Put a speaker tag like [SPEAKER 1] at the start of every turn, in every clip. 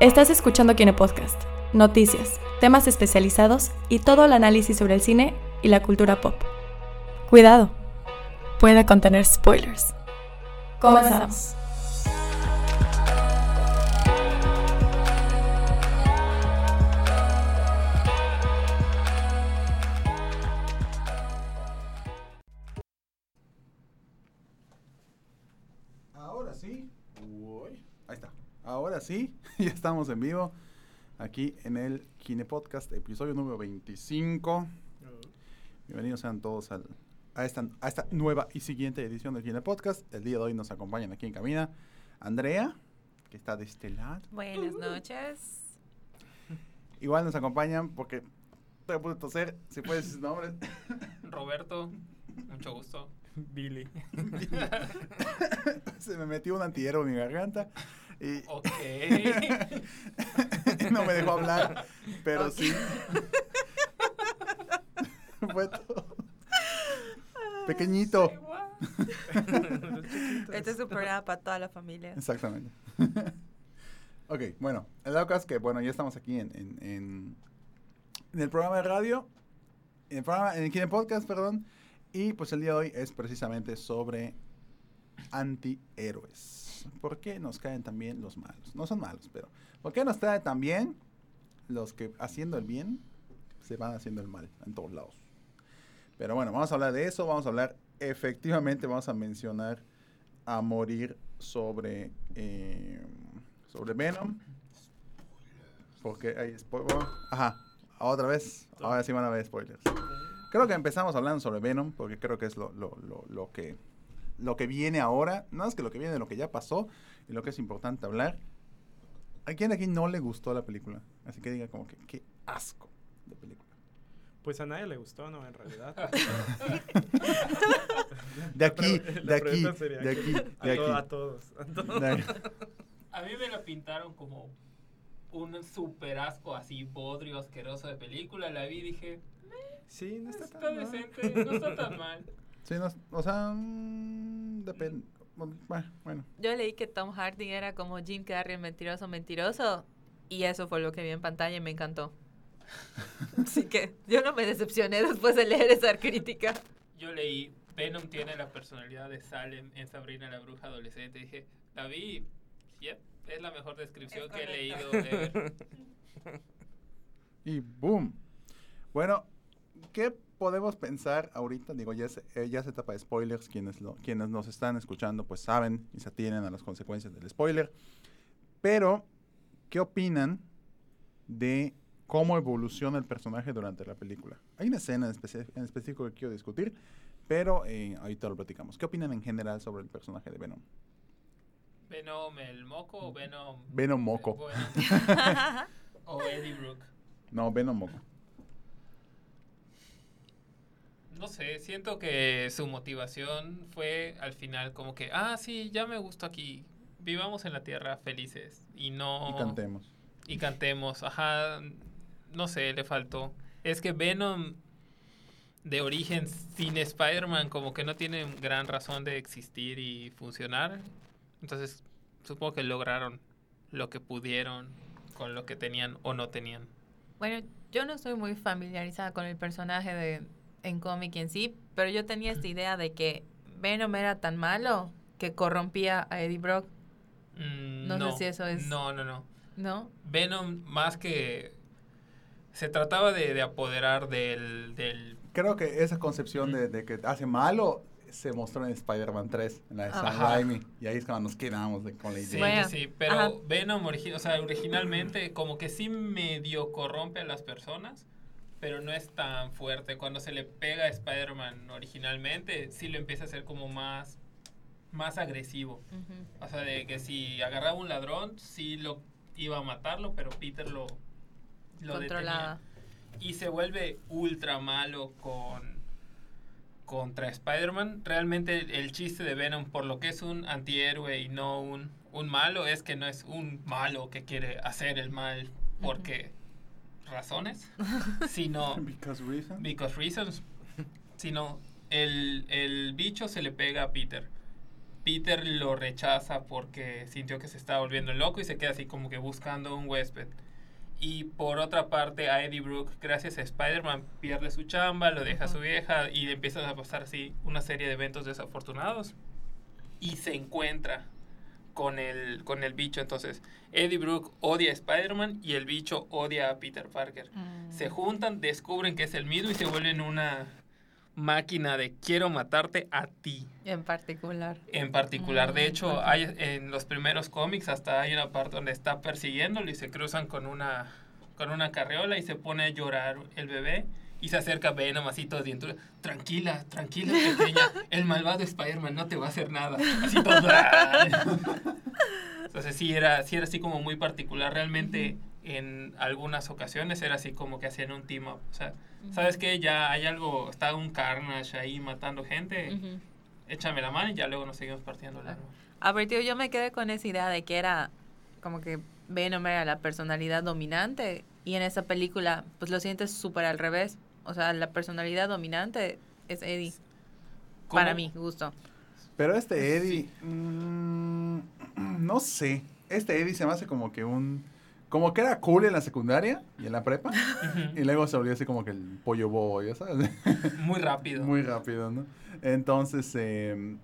[SPEAKER 1] Estás escuchando Kine Podcast, noticias, temas especializados y todo el análisis sobre el cine y la cultura pop. Cuidado, puede contener spoilers. Comenzamos.
[SPEAKER 2] Ahora sí. Uy, Ahí está. Ahora sí, ya estamos en vivo. Aquí en el Kine Podcast, episodio número 25. Bienvenidos sean todos al- a, esta, a esta nueva y siguiente edición del Kine Podcast. El día de hoy nos acompañan aquí en cabina Andrea, que está de este lado.
[SPEAKER 3] Buenas noches.
[SPEAKER 2] Igual nos acompañan porque estoy a punto de toser. Si puedes sus nombres.
[SPEAKER 4] Roberto, mucho gusto.
[SPEAKER 5] Billy.
[SPEAKER 2] Se me metió un antihéroe en mi garganta. Y
[SPEAKER 4] Ok.
[SPEAKER 2] no me dejó hablar, pero sí. Fue todo. Pequeñito.
[SPEAKER 3] Este es un programa para toda la familia.
[SPEAKER 2] Exactamente. ok, bueno, el lado es que, bueno, ya estamos aquí en, en, en- en el programa de radio, en el programa, en el Kine Podcast, perdón, y pues el día de hoy es precisamente sobre antihéroes. ¿Por qué nos caen tan bien los malos? No son malos, pero ¿por qué nos caen tan bien los que haciendo el bien se van haciendo el mal en todos lados? Pero bueno, vamos a hablar de eso, vamos a hablar, efectivamente, vamos a mencionar a morir sobre eh, sobre Venom porque hay spoiler ajá otra vez ahora sí van a haber spoilers creo que empezamos hablando sobre Venom porque creo que es lo, lo, lo, lo que lo que viene ahora no es que lo que viene lo que ya pasó y lo que es importante hablar a quién aquí no le gustó la película así que diga como que qué asco de película
[SPEAKER 5] Pues a nadie le gustó, ¿no? En realidad.
[SPEAKER 2] de aquí
[SPEAKER 5] pre-
[SPEAKER 2] de
[SPEAKER 5] la
[SPEAKER 2] aquí
[SPEAKER 5] pregunta sería
[SPEAKER 2] de aquí
[SPEAKER 5] A, to-
[SPEAKER 2] de
[SPEAKER 5] a
[SPEAKER 2] aquí
[SPEAKER 5] todos. a todos.
[SPEAKER 2] De-
[SPEAKER 4] A mí me lo pintaron como un super asco así bodrio, asqueroso de película. La vi y dije,
[SPEAKER 5] Sí, no está,
[SPEAKER 4] está,
[SPEAKER 5] tan mal.
[SPEAKER 4] decente, no está tan mal.
[SPEAKER 2] Sí, no, o sea, mm, depende. Bueno, bueno.
[SPEAKER 3] Yo leí que Tom Hardy era como Jim Carrey, el mentiroso, mentiroso. Y eso fue lo que vi en pantalla y me encantó. Así que yo no me decepcioné después de leer esa crítica.
[SPEAKER 4] Yo leí, Venom tiene la personalidad de Salem en Sabrina la Bruja Adolescente. Y dije, la vi, yep, es la mejor descripción
[SPEAKER 3] Es
[SPEAKER 4] que he leído.
[SPEAKER 3] correcto.
[SPEAKER 4] ever".
[SPEAKER 2] Y boom. Bueno, ¿qué podemos pensar ahorita? Digo, ya es, eh, ya es etapa de spoilers. Quienes, lo, quienes nos están escuchando, pues saben y se atienen a las consecuencias del spoiler. Pero, ¿qué opinan de cómo evoluciona el personaje durante la película? Hay una escena en, especi- en específico que quiero discutir, pero eh, ahorita lo platicamos. ¿Qué opinan en general sobre el personaje de Venom?
[SPEAKER 4] Venom el moco o Venom...
[SPEAKER 2] Venom Moco.
[SPEAKER 4] Bueno, o Eddie Brooke.
[SPEAKER 2] No, Venom Moco.
[SPEAKER 4] No sé, siento que su motivación fue al final como que, ah, sí, ya me gusta aquí, vivamos en la tierra felices y no...
[SPEAKER 2] Y cantemos.
[SPEAKER 4] y cantemos, ajá, no sé, le faltó. Es que Venom de origen sin Spider-Man como que no tiene gran razón de existir y funcionar. Entonces, supongo que lograron lo que pudieron con lo que tenían o no tenían.
[SPEAKER 3] Bueno, yo no estoy muy familiarizada con el personaje de, en cómic en sí, pero yo tenía esta idea de que Venom era tan malo que corrompía a Eddie Brock,
[SPEAKER 4] Mm,
[SPEAKER 3] No sé si eso es-
[SPEAKER 4] No, no, no.
[SPEAKER 3] ¿no?
[SPEAKER 4] Venom más que se trataba de, de apoderar del, del
[SPEAKER 2] Creo que esa concepción de, de que hace malo se mostró en Spider-Man 3, en la de Sam
[SPEAKER 3] Ajá.
[SPEAKER 2] Raimi. Y ahí es cuando nos quedamos de- con la
[SPEAKER 4] Sí,
[SPEAKER 2] idea.
[SPEAKER 3] Bueno,
[SPEAKER 4] sí, pero
[SPEAKER 3] ajá.
[SPEAKER 4] Venom origi- o sea, originalmente como que sí medio corrompe a las personas, pero no es tan fuerte. Cuando se le pega a Spider-Man originalmente, sí lo empieza a hacer como más, más agresivo.
[SPEAKER 3] Ujú.
[SPEAKER 4] O sea, de que si agarraba un ladrón, sí lo iba a matarlo, pero Peter lo, lo
[SPEAKER 3] Controlada.
[SPEAKER 4] detenía. Y se vuelve ultra malo con contra Spider-Man. Realmente el, el chiste de Venom, por lo que es un antihéroe y no un, un malo, es que no es un malo que quiere hacer el mal porque razones, sino
[SPEAKER 2] Because reason.
[SPEAKER 4] because reasons, sino el, el bicho se le pega a Peter Peter lo rechaza porque sintió que se estaba volviendo loco y se queda así como que buscando un huésped. Y por otra parte, a Eddie Brooke, gracias a Spider-Man, pierde su chamba, lo deja a su
[SPEAKER 3] Ujú.
[SPEAKER 4] vieja y le empiezan a pasar así una serie de eventos desafortunados. Y se encuentra con el, con el bicho. Entonces, Eddie Brooke odia a Spider-Man y el bicho odia a Peter Parker. Se juntan, descubren que es el mismo y se vuelven una máquina de quiero matarte a ti
[SPEAKER 3] Mm, En particular.
[SPEAKER 4] en particular. De
[SPEAKER 3] Mm,
[SPEAKER 4] hecho,
[SPEAKER 3] ok.
[SPEAKER 4] hay en los primeros cómics hasta hay una parte donde está persiguiéndolo y se cruzan con una con una carriola y se pone a llorar el bebé y se acerca Venom así todo dientro. Tranquila, tranquila, pequeña. El malvado Spider-Man no te va a hacer nada. Así todo. Entonces sí era, sí era así como muy particular. Realmente en algunas ocasiones era así como que hacían un team up. O sea, ¿sabes qué? Ya hay algo, está un carnage ahí matando gente
[SPEAKER 3] Ujú.
[SPEAKER 4] échame la mano y ya luego nos seguimos partiendo el árbol.
[SPEAKER 3] A partir yo me quedé con esa idea de que era como que Venom era la personalidad dominante y en esa película pues lo sientes súper al revés. O sea, la personalidad dominante es Eddie, para
[SPEAKER 4] ¿Cómo?
[SPEAKER 3] mi gusto.
[SPEAKER 2] Pero este Eddie, mm, no sé, este Eddie se me hace como que un, como que era cool en la secundaria y en la prepa, y luego se volvió así como que el pollo bobo, ya sabes,
[SPEAKER 4] Muy rápido.
[SPEAKER 2] muy rápido, ¿no? Entonces, eh,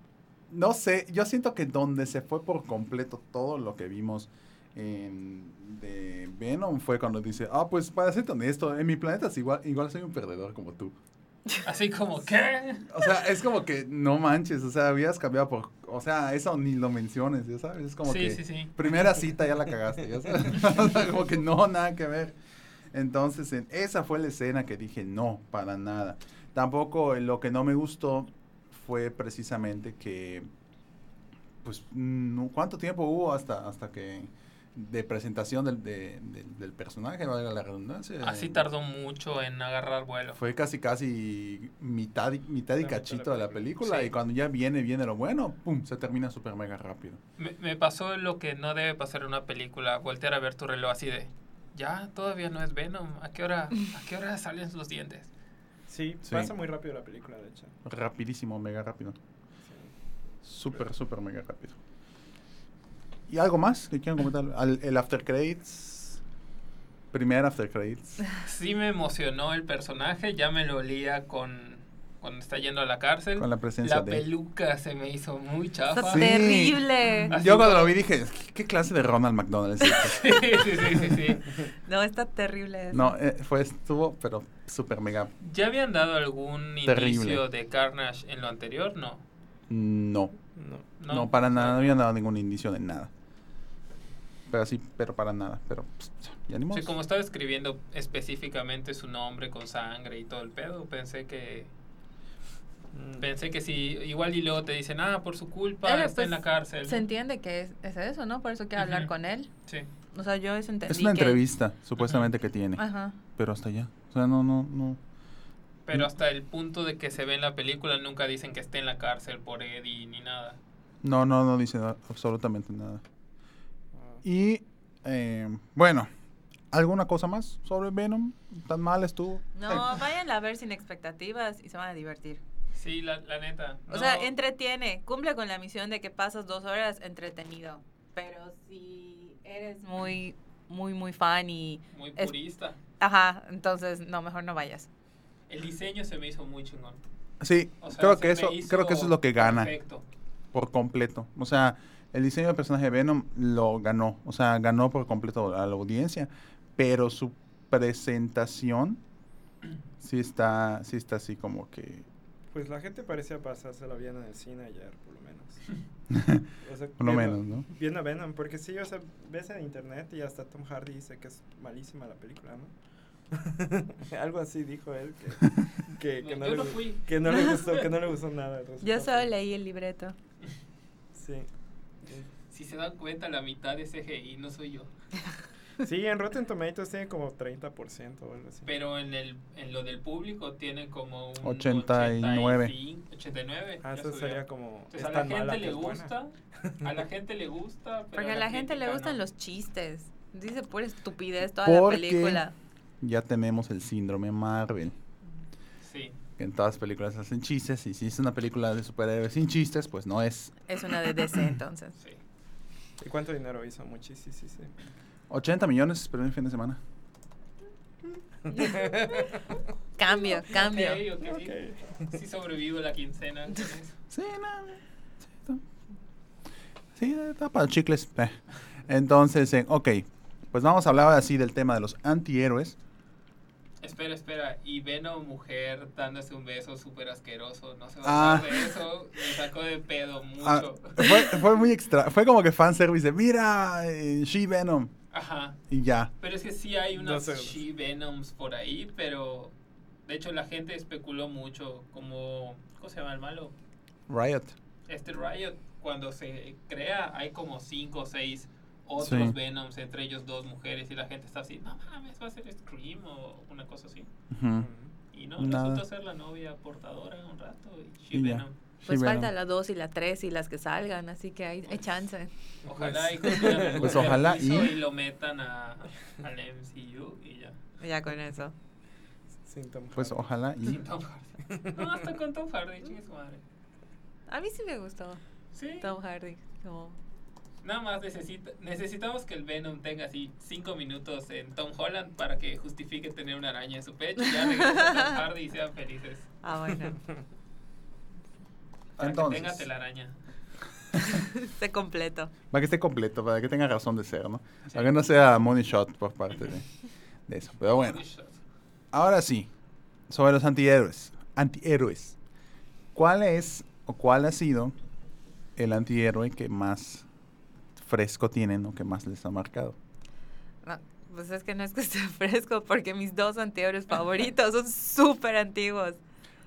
[SPEAKER 2] no sé, yo siento que donde se fue por completo todo lo que vimos en- de Venom fue cuando dice, ah, pues para ser honesto, en mi planeta es igual, igual soy un perdedor como tú.
[SPEAKER 4] Así como, ¿qué?
[SPEAKER 2] O sea, es como que no manches, o sea, habías cambiado por. O sea, eso ni lo menciones, ya sabes. Es como
[SPEAKER 4] sí,
[SPEAKER 2] que.
[SPEAKER 4] sí, sí.
[SPEAKER 2] Primera cita ya la cagaste, ya sabes. O sea, como que no, nada que ver. Entonces, en- esa fue la escena que dije, no, para nada. Tampoco eh, lo que no me gustó fue precisamente que. Pues, mm, ¿cuánto tiempo hubo hasta, hasta que. de presentación del, de- del- del personaje, valga la redundancia?
[SPEAKER 4] Así Ah, tardó mucho en agarrar vuelo.
[SPEAKER 2] Eh. Fue casi, casi mitad, y- mitad y
[SPEAKER 5] La mitad de la
[SPEAKER 2] cachito de la película.
[SPEAKER 4] Sí.
[SPEAKER 2] Y cuando ya viene, viene lo bueno, pum, se termina súper mega rápido.
[SPEAKER 4] Me, me pasó lo que no debe pasar en una película, voltear a ver tu reloj así de, ya, todavía no es Venom, ¿a qué hora, a qué hora salen sus dientes?
[SPEAKER 5] Sí,
[SPEAKER 2] Sí.
[SPEAKER 5] pasa muy rápido la película, de hecho.
[SPEAKER 2] Rapidísimo, mega rápido.
[SPEAKER 5] Sí.
[SPEAKER 2] Súper, súper mega rápido. ¿Y algo más que quieran comentar? Al- el after credits. Primer after credits.
[SPEAKER 4] Sí me emocionó el personaje, ya me lo olía con cuando está yendo a la cárcel.
[SPEAKER 2] Con la presencia
[SPEAKER 4] La
[SPEAKER 2] de-
[SPEAKER 4] peluca se me hizo muy
[SPEAKER 3] Está
[SPEAKER 4] chafa.
[SPEAKER 2] Sí. Ah.
[SPEAKER 3] terrible.
[SPEAKER 4] Así
[SPEAKER 2] Yo cuando
[SPEAKER 4] como-
[SPEAKER 2] lo vi dije, ¿qué clase de Ronald McDonald es este?
[SPEAKER 4] sí, sí, sí, sí, sí.
[SPEAKER 3] No, está terrible. eso.
[SPEAKER 2] No, eh, fue, estuvo, pero súper mega.
[SPEAKER 4] ¿Ya habían dado algún
[SPEAKER 2] Terrible.
[SPEAKER 4] indicio de Carnage en lo anterior? No.
[SPEAKER 2] No,
[SPEAKER 5] No.
[SPEAKER 2] no, para nada, no había dado ningún indicio de nada. Pero sí, pero para nada. Pero, pues, ya ni modo.
[SPEAKER 4] Sí, como estaba escribiendo específicamente su nombre con sangre y todo el pedo, pensé que
[SPEAKER 5] Mm.
[SPEAKER 4] pensé que sí, igual y luego te dicen, ah, por su culpa
[SPEAKER 3] Pero,
[SPEAKER 4] está en
[SPEAKER 3] pues,
[SPEAKER 4] la cárcel.
[SPEAKER 3] Se entiende que es, es eso, ¿no? Por eso quiero hablar
[SPEAKER 4] Ujú.
[SPEAKER 3] con él.
[SPEAKER 4] Sí.
[SPEAKER 3] O sea, yo eso entendí.
[SPEAKER 2] Es una
[SPEAKER 3] que- Ah.
[SPEAKER 2] entrevista, supuestamente, que tiene.
[SPEAKER 3] Ajá.
[SPEAKER 2] Pero hasta allá. O sea, no, no, no.
[SPEAKER 4] Pero hasta el punto de que se ve en la película nunca dicen que esté en la cárcel por Eddie ni nada.
[SPEAKER 2] No, no, no dice nada, absolutamente nada.
[SPEAKER 5] Ah.
[SPEAKER 2] Y, eh, bueno, ¿alguna cosa más sobre Venom? ¿Tan mal estuvo?
[SPEAKER 3] No, vayan a ver sin expectativas y se van a divertir.
[SPEAKER 4] Sí, la, la neta.
[SPEAKER 3] O
[SPEAKER 4] no-
[SPEAKER 3] sea, entretiene, cumple con la misión de que pasas dos horas entretenido. Pero si eres muy, muy, muy fan y...
[SPEAKER 4] Muy
[SPEAKER 3] es-
[SPEAKER 4] purista.
[SPEAKER 3] Ajá, entonces no, mejor no vayas.
[SPEAKER 4] El diseño se me hizo muy chingón.
[SPEAKER 2] Sí,
[SPEAKER 4] O sea,
[SPEAKER 2] creo
[SPEAKER 4] se
[SPEAKER 2] que
[SPEAKER 4] me
[SPEAKER 2] eso,
[SPEAKER 4] hizo
[SPEAKER 2] creo que eso es lo que gana
[SPEAKER 4] Perfecto.
[SPEAKER 2] por completo. O sea, el diseño del personaje de Venom lo ganó. O sea, ganó por completo a la audiencia. Pero su presentación sí está, sí está así como que
[SPEAKER 5] Pues la gente parecía pasársela bien en el cine ayer, por lo menos. O sea,
[SPEAKER 2] por lo
[SPEAKER 5] viendo-
[SPEAKER 2] menos, ¿no?
[SPEAKER 5] Viendo a Venom, porque sí, o sea, ves en internet y hasta Tom Hardy dice que es malísima la película, ¿no? Algo así dijo él, que, que, que no,
[SPEAKER 4] Yo
[SPEAKER 5] le,
[SPEAKER 4] no
[SPEAKER 5] gu-
[SPEAKER 4] fui.
[SPEAKER 5] que no le gustó, que no le gustó nada. el
[SPEAKER 3] Yo
[SPEAKER 5] resultado.
[SPEAKER 3] solo leí el libreto.
[SPEAKER 5] Sí.
[SPEAKER 4] Si se dan cuenta, la mitad es CGI, no soy yo.
[SPEAKER 5] Sí, en Rotten Tomatoes tiene como 30% o algo así.
[SPEAKER 4] Pero en, el, en lo del público tiene como un
[SPEAKER 2] 89.
[SPEAKER 4] 85, 89. ya
[SPEAKER 5] Ah, eso
[SPEAKER 4] subió.
[SPEAKER 5] sería como...
[SPEAKER 4] Entonces,
[SPEAKER 5] es
[SPEAKER 4] a la
[SPEAKER 5] tan
[SPEAKER 4] gente
[SPEAKER 5] mala que
[SPEAKER 4] le
[SPEAKER 5] es buena.
[SPEAKER 4] gusta, a la gente le gusta. Pero
[SPEAKER 3] Porque a la gente le
[SPEAKER 4] crítica
[SPEAKER 3] gustan
[SPEAKER 4] no.
[SPEAKER 3] los chistes. Dice pura estupidez toda la
[SPEAKER 2] Porque-
[SPEAKER 3] película.
[SPEAKER 2] Ya tenemos el síndrome Marvel.
[SPEAKER 4] Sí,
[SPEAKER 2] que en todas las películas hacen chistes, y si es una película de superhéroes sin chistes, pues no es.
[SPEAKER 3] Es una de DC entonces.
[SPEAKER 4] Sí.
[SPEAKER 5] ¿Y cuánto dinero hizo? Muchísimo, sí, sí.
[SPEAKER 2] 80 millones, pero en fin de semana.
[SPEAKER 3] Cambio, cambio.
[SPEAKER 4] Ok, ok, Sí sobrevivo la quincena con eso.
[SPEAKER 2] Sí, no. sí, está- Sí, está para chicles. Eh. Entonces, eh, ok. Pues vamos a hablar así del tema de los antihéroes.
[SPEAKER 4] Espera, espera. Y Venom, mujer, dándose un beso súper asqueroso. No se va
[SPEAKER 2] Ah.
[SPEAKER 4] a hablar de eso. Me sacó de pedo
[SPEAKER 2] Ah,
[SPEAKER 4] mucho.
[SPEAKER 2] fue, fue muy extra. Fue como que fanservice de: Mira, eh, She Venom.
[SPEAKER 4] Ajá.
[SPEAKER 2] Y ya.
[SPEAKER 4] Pero es que sí hay unas
[SPEAKER 5] No sé.
[SPEAKER 4] She-Venoms por ahí, pero... De hecho, la gente especuló mucho como... ¿Cómo se llama el malo?
[SPEAKER 2] Riot.
[SPEAKER 4] Este Riot, cuando se crea, hay como cinco o seis otros
[SPEAKER 2] Sí.
[SPEAKER 4] Venoms, entre ellos dos mujeres, y la gente está así, no mames, va a ser Scream o una cosa así.
[SPEAKER 2] Ujú.
[SPEAKER 4] Y no,
[SPEAKER 2] Nada.
[SPEAKER 4] resultó ser la novia portadora un rato y
[SPEAKER 2] Y ya.
[SPEAKER 4] She-Venom.
[SPEAKER 3] Pues
[SPEAKER 2] She
[SPEAKER 3] falta
[SPEAKER 2] Venom.
[SPEAKER 3] la 2 y la 3 y las que salgan, así que hay, hay chance.
[SPEAKER 4] Ojalá y
[SPEAKER 5] Pues-
[SPEAKER 4] consigan algún
[SPEAKER 2] Pues ojalá y-
[SPEAKER 4] permiso lo metan a, al MCU y ya.
[SPEAKER 3] Ya con eso.
[SPEAKER 5] Sin Tom
[SPEAKER 2] Pues
[SPEAKER 5] Hardy.
[SPEAKER 2] ojalá. y-
[SPEAKER 4] Sin Tom Hardy. No, hasta con Tom Hardy, chingue su madre.
[SPEAKER 3] A mí sí me gustó
[SPEAKER 4] Sí.
[SPEAKER 3] Tom Hardy. Como,
[SPEAKER 4] Nada más necesita, necesitamos que el Venom tenga así cinco minutos en Tom Holland para que justifique tener una araña en su pecho. Ya regresen a Tom Hardy y sean felices.
[SPEAKER 3] ah, bueno.
[SPEAKER 4] Para que tenga
[SPEAKER 2] Entonces,
[SPEAKER 4] telaraña.
[SPEAKER 3] Se completo.
[SPEAKER 2] para que esté completo, para que tenga razón de ser, ¿no? Para que no sea money shot por parte de, de eso. Pero bueno. Ahora sí, sobre los antihéroes. Antihéroes. ¿Cuál es o cuál ha sido el antihéroe que más fresco tienen o que más les ha marcado?
[SPEAKER 3] No, pues es que no es que esté fresco, porque mis dos anteriores favoritos son súper antiguos.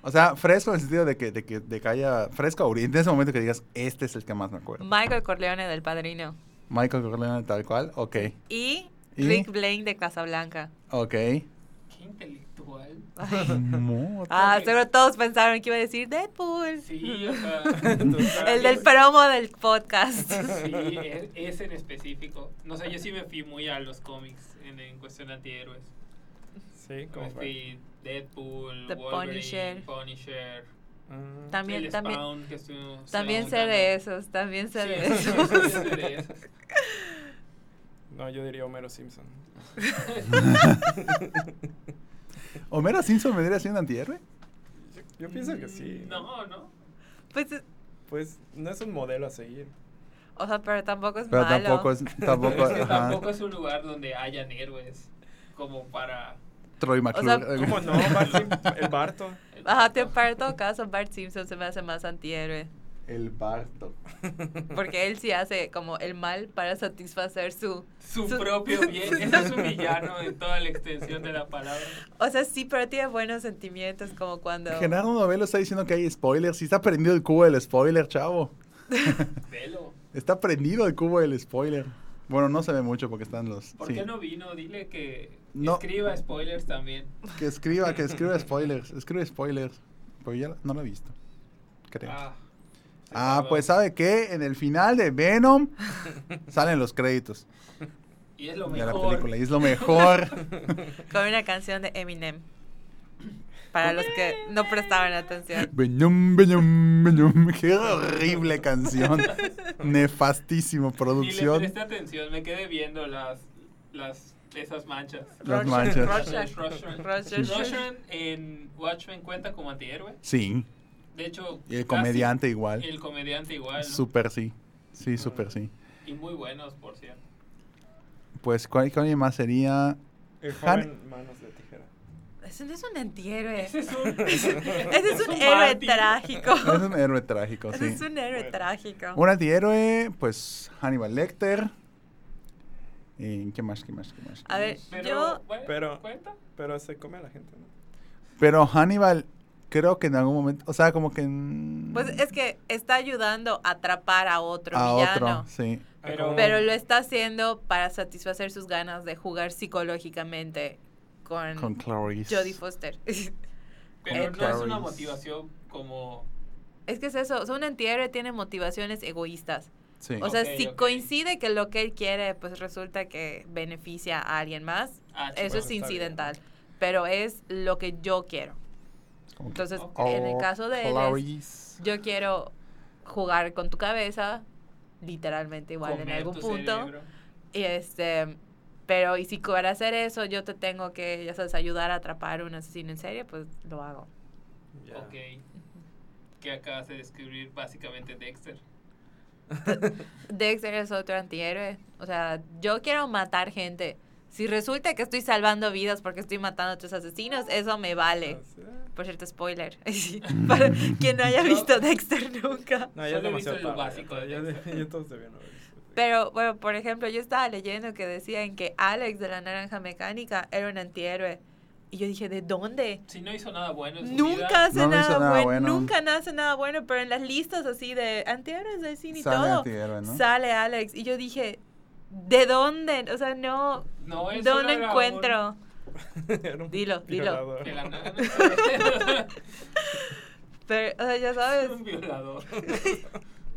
[SPEAKER 2] O sea, fresco en el sentido de que, de que, de que haya fresco ahorita, en ese momento que digas, este es el que más me acuerdo.
[SPEAKER 3] Michael Corleone del Padrino
[SPEAKER 2] Michael Corleone tal cual, ok,
[SPEAKER 3] y,
[SPEAKER 2] ¿Y?
[SPEAKER 3] Rick Blaine de Casablanca.
[SPEAKER 2] ok.
[SPEAKER 4] Qué intelectual.
[SPEAKER 2] Mo-
[SPEAKER 3] Ah,
[SPEAKER 4] Ok.
[SPEAKER 3] seguro todos pensaron que iba a decir Deadpool.
[SPEAKER 4] Sí, o sea,
[SPEAKER 3] El del promo del podcast.
[SPEAKER 4] Sí, es, es en específico. No sé, yo sí me fui muy a los cómics en, en cuestión de antihéroes.
[SPEAKER 5] Sí, como
[SPEAKER 4] Me
[SPEAKER 5] fue.
[SPEAKER 4] fui Deadpool,
[SPEAKER 3] The
[SPEAKER 4] Wolverine,
[SPEAKER 3] Punisher.
[SPEAKER 4] Punisher,
[SPEAKER 5] Mm,
[SPEAKER 3] También,
[SPEAKER 4] el
[SPEAKER 3] también,
[SPEAKER 4] Spawn que estuvimos
[SPEAKER 3] también sé
[SPEAKER 4] preguntando.
[SPEAKER 3] de esos, también sé de
[SPEAKER 4] Sí, sí, sí,
[SPEAKER 3] esos.
[SPEAKER 4] sí, sé de esos.
[SPEAKER 5] No, yo diría Homero Simpson.
[SPEAKER 2] ¿Homero Simpson vendría siendo antihéroe?
[SPEAKER 5] Yo, yo pienso que sí.
[SPEAKER 4] No, no.
[SPEAKER 3] Pues, es-
[SPEAKER 5] Pues no es un modelo a seguir.
[SPEAKER 3] o sea, pero tampoco es
[SPEAKER 2] Pero
[SPEAKER 3] malo.
[SPEAKER 2] tampoco es, tampoco,
[SPEAKER 4] es que
[SPEAKER 2] ajá,
[SPEAKER 4] tampoco es un lugar donde hayan héroes como para
[SPEAKER 2] Troy
[SPEAKER 3] sea,
[SPEAKER 2] McClure.
[SPEAKER 5] ¿Cómo no? Bart Sim- el Barto.
[SPEAKER 4] el
[SPEAKER 3] Ajá, te
[SPEAKER 4] barco.
[SPEAKER 3] parto caso, Bart Simpson se me hace más antihéroe.
[SPEAKER 2] El Barto.
[SPEAKER 3] Porque él sí hace como el mal para satisfacer su...
[SPEAKER 4] su
[SPEAKER 3] Su-
[SPEAKER 4] propio bien ese es un villano en toda la extensión de la palabra
[SPEAKER 3] O sea, sí, pero tiene buenos sentimientos como cuando...
[SPEAKER 2] Genaro Novelo está diciendo que hay spoilers. Sí está prendido el cubo del spoiler, chavo.
[SPEAKER 4] velo
[SPEAKER 2] Está prendido el cubo del spoiler. Bueno, no se ve mucho porque están los...
[SPEAKER 4] ¿por
[SPEAKER 2] sí.
[SPEAKER 4] qué no vino? dile que
[SPEAKER 2] No.
[SPEAKER 4] escriba spoilers también
[SPEAKER 2] Que escriba, que escriba spoilers. Escribe spoilers. Pero ya no lo he visto. Creo. Ah,
[SPEAKER 4] ah, se acabó.
[SPEAKER 2] pues ¿sabe qué? En el final de Venom salen los créditos
[SPEAKER 4] y es lo
[SPEAKER 2] de la
[SPEAKER 4] mejor
[SPEAKER 2] película. Y es lo mejor.
[SPEAKER 3] Con una canción de Eminem. Para los que no prestaban atención.
[SPEAKER 2] Venom, Venom, Venom. Qué horrible canción. Nefastísimo
[SPEAKER 4] y le
[SPEAKER 2] producción.
[SPEAKER 4] presté atención me quedé viendo las las esas manchas
[SPEAKER 2] Las
[SPEAKER 3] Rorschach,
[SPEAKER 2] manchas.
[SPEAKER 3] Rorschach,
[SPEAKER 4] Rorschach.
[SPEAKER 3] Rorschach.
[SPEAKER 4] Roshan en Watchmen cuenta como antihéroe
[SPEAKER 2] Sí.
[SPEAKER 4] de hecho
[SPEAKER 2] Y el
[SPEAKER 4] casi-
[SPEAKER 2] comediante igual.
[SPEAKER 4] y Ah, el comediante igual ¿no?
[SPEAKER 2] Súper sí. Sí, súper sí.
[SPEAKER 4] y muy buenos por cierto
[SPEAKER 2] Pues, ¿cuál, cuál más sería?
[SPEAKER 5] El
[SPEAKER 2] Han-
[SPEAKER 5] joven manos de tijera.
[SPEAKER 3] Ese no es un antihéroe.
[SPEAKER 4] Ese
[SPEAKER 3] Ese
[SPEAKER 4] es un,
[SPEAKER 3] es un héroe
[SPEAKER 4] mártir.
[SPEAKER 3] trágico.
[SPEAKER 2] Es un héroe trágico,
[SPEAKER 3] Ese
[SPEAKER 2] sí.
[SPEAKER 3] es un héroe
[SPEAKER 5] Bueno.
[SPEAKER 3] trágico.
[SPEAKER 2] Un antihéroe, pues Hannibal Lecter. Eh, ¿Qué más? ¿Qué más? ¿Qué más?
[SPEAKER 3] A ver,
[SPEAKER 4] Pero,
[SPEAKER 3] yo...
[SPEAKER 4] bueno,
[SPEAKER 5] pero-
[SPEAKER 4] ¿cuenta?
[SPEAKER 5] Pero se come a la gente, ¿no?
[SPEAKER 2] Pero Hannibal, creo que en algún momento, o sea, como que en-
[SPEAKER 3] Pues es que está ayudando a atrapar a otro
[SPEAKER 2] a
[SPEAKER 3] villano.
[SPEAKER 2] otro, sí.
[SPEAKER 5] Ah,
[SPEAKER 4] Pero-
[SPEAKER 3] Pero lo está haciendo para satisfacer sus ganas de jugar psicológicamente con,
[SPEAKER 2] Con Clarice.
[SPEAKER 3] Jodie Foster. es
[SPEAKER 4] Pero
[SPEAKER 2] Con
[SPEAKER 4] no es una
[SPEAKER 2] Clarice.
[SPEAKER 4] motivación como...
[SPEAKER 3] que es eso, o sea, un antihéroe tiene motivaciones egoístas.
[SPEAKER 2] Sí.
[SPEAKER 3] O sea,
[SPEAKER 4] Ok,
[SPEAKER 3] si
[SPEAKER 4] ok.
[SPEAKER 3] coincide que lo que él quiere, pues resulta que beneficia a alguien más,
[SPEAKER 4] Ah,
[SPEAKER 3] eso
[SPEAKER 5] bueno,
[SPEAKER 3] es
[SPEAKER 5] está bien.
[SPEAKER 3] incidental. Pero es lo que yo quiero.
[SPEAKER 2] Como que,
[SPEAKER 3] Entonces, en el
[SPEAKER 5] Oh,
[SPEAKER 3] caso de él, es,
[SPEAKER 5] Clarice.
[SPEAKER 3] yo quiero jugar con tu cabeza, literalmente igual en
[SPEAKER 4] Comer
[SPEAKER 3] algún
[SPEAKER 4] tu
[SPEAKER 3] punto.
[SPEAKER 4] cerebro.
[SPEAKER 3] Y este, pero y si para hacer eso yo te tengo que, ya sabes, ayudar a atrapar a un asesino en serie, pues lo hago.
[SPEAKER 5] Ya.
[SPEAKER 4] Ok. ¿Qué acabas de describir básicamente Dexter?
[SPEAKER 3] Dexter es otro antihéroe. O sea, yo quiero matar gente. Si resulta que estoy salvando vidas porque estoy matando a otros asesinos, eso me vale.
[SPEAKER 5] Entonces,
[SPEAKER 3] Por cierto, spoiler. Sí, Para quien no haya
[SPEAKER 4] No.
[SPEAKER 3] visto Dexter nunca.
[SPEAKER 5] No, ya es
[SPEAKER 4] Solo he visto
[SPEAKER 5] demasiado
[SPEAKER 4] lo
[SPEAKER 5] tarde,
[SPEAKER 4] básico de
[SPEAKER 5] ya-
[SPEAKER 4] Dexter.
[SPEAKER 5] ya- ya todos debían haber visto.
[SPEAKER 3] Pero, bueno, por ejemplo, yo estaba leyendo que decían que Alex de la Naranja Mecánica era un antihéroe. Y yo dije, ¿de dónde?
[SPEAKER 4] Si no hizo nada bueno en su
[SPEAKER 3] Nunca
[SPEAKER 4] vida,
[SPEAKER 3] hace
[SPEAKER 2] No me hizo
[SPEAKER 3] nada,
[SPEAKER 2] nada
[SPEAKER 3] bueno,
[SPEAKER 2] bueno.
[SPEAKER 3] Nunca hace nada bueno, pero en las listas así de antihéroes de cine y
[SPEAKER 2] sale
[SPEAKER 3] todo,
[SPEAKER 2] antihéroe, ¿no?
[SPEAKER 3] sale Alex. Y yo dije, ¿de dónde? O sea, no,
[SPEAKER 4] no él solo
[SPEAKER 3] ¿dónde
[SPEAKER 4] era un
[SPEAKER 3] encuentro?
[SPEAKER 5] Era un
[SPEAKER 3] Dilo, dilo.
[SPEAKER 5] violador.
[SPEAKER 4] violador.
[SPEAKER 3] Pero, o sea, ya sabes.
[SPEAKER 4] un violador.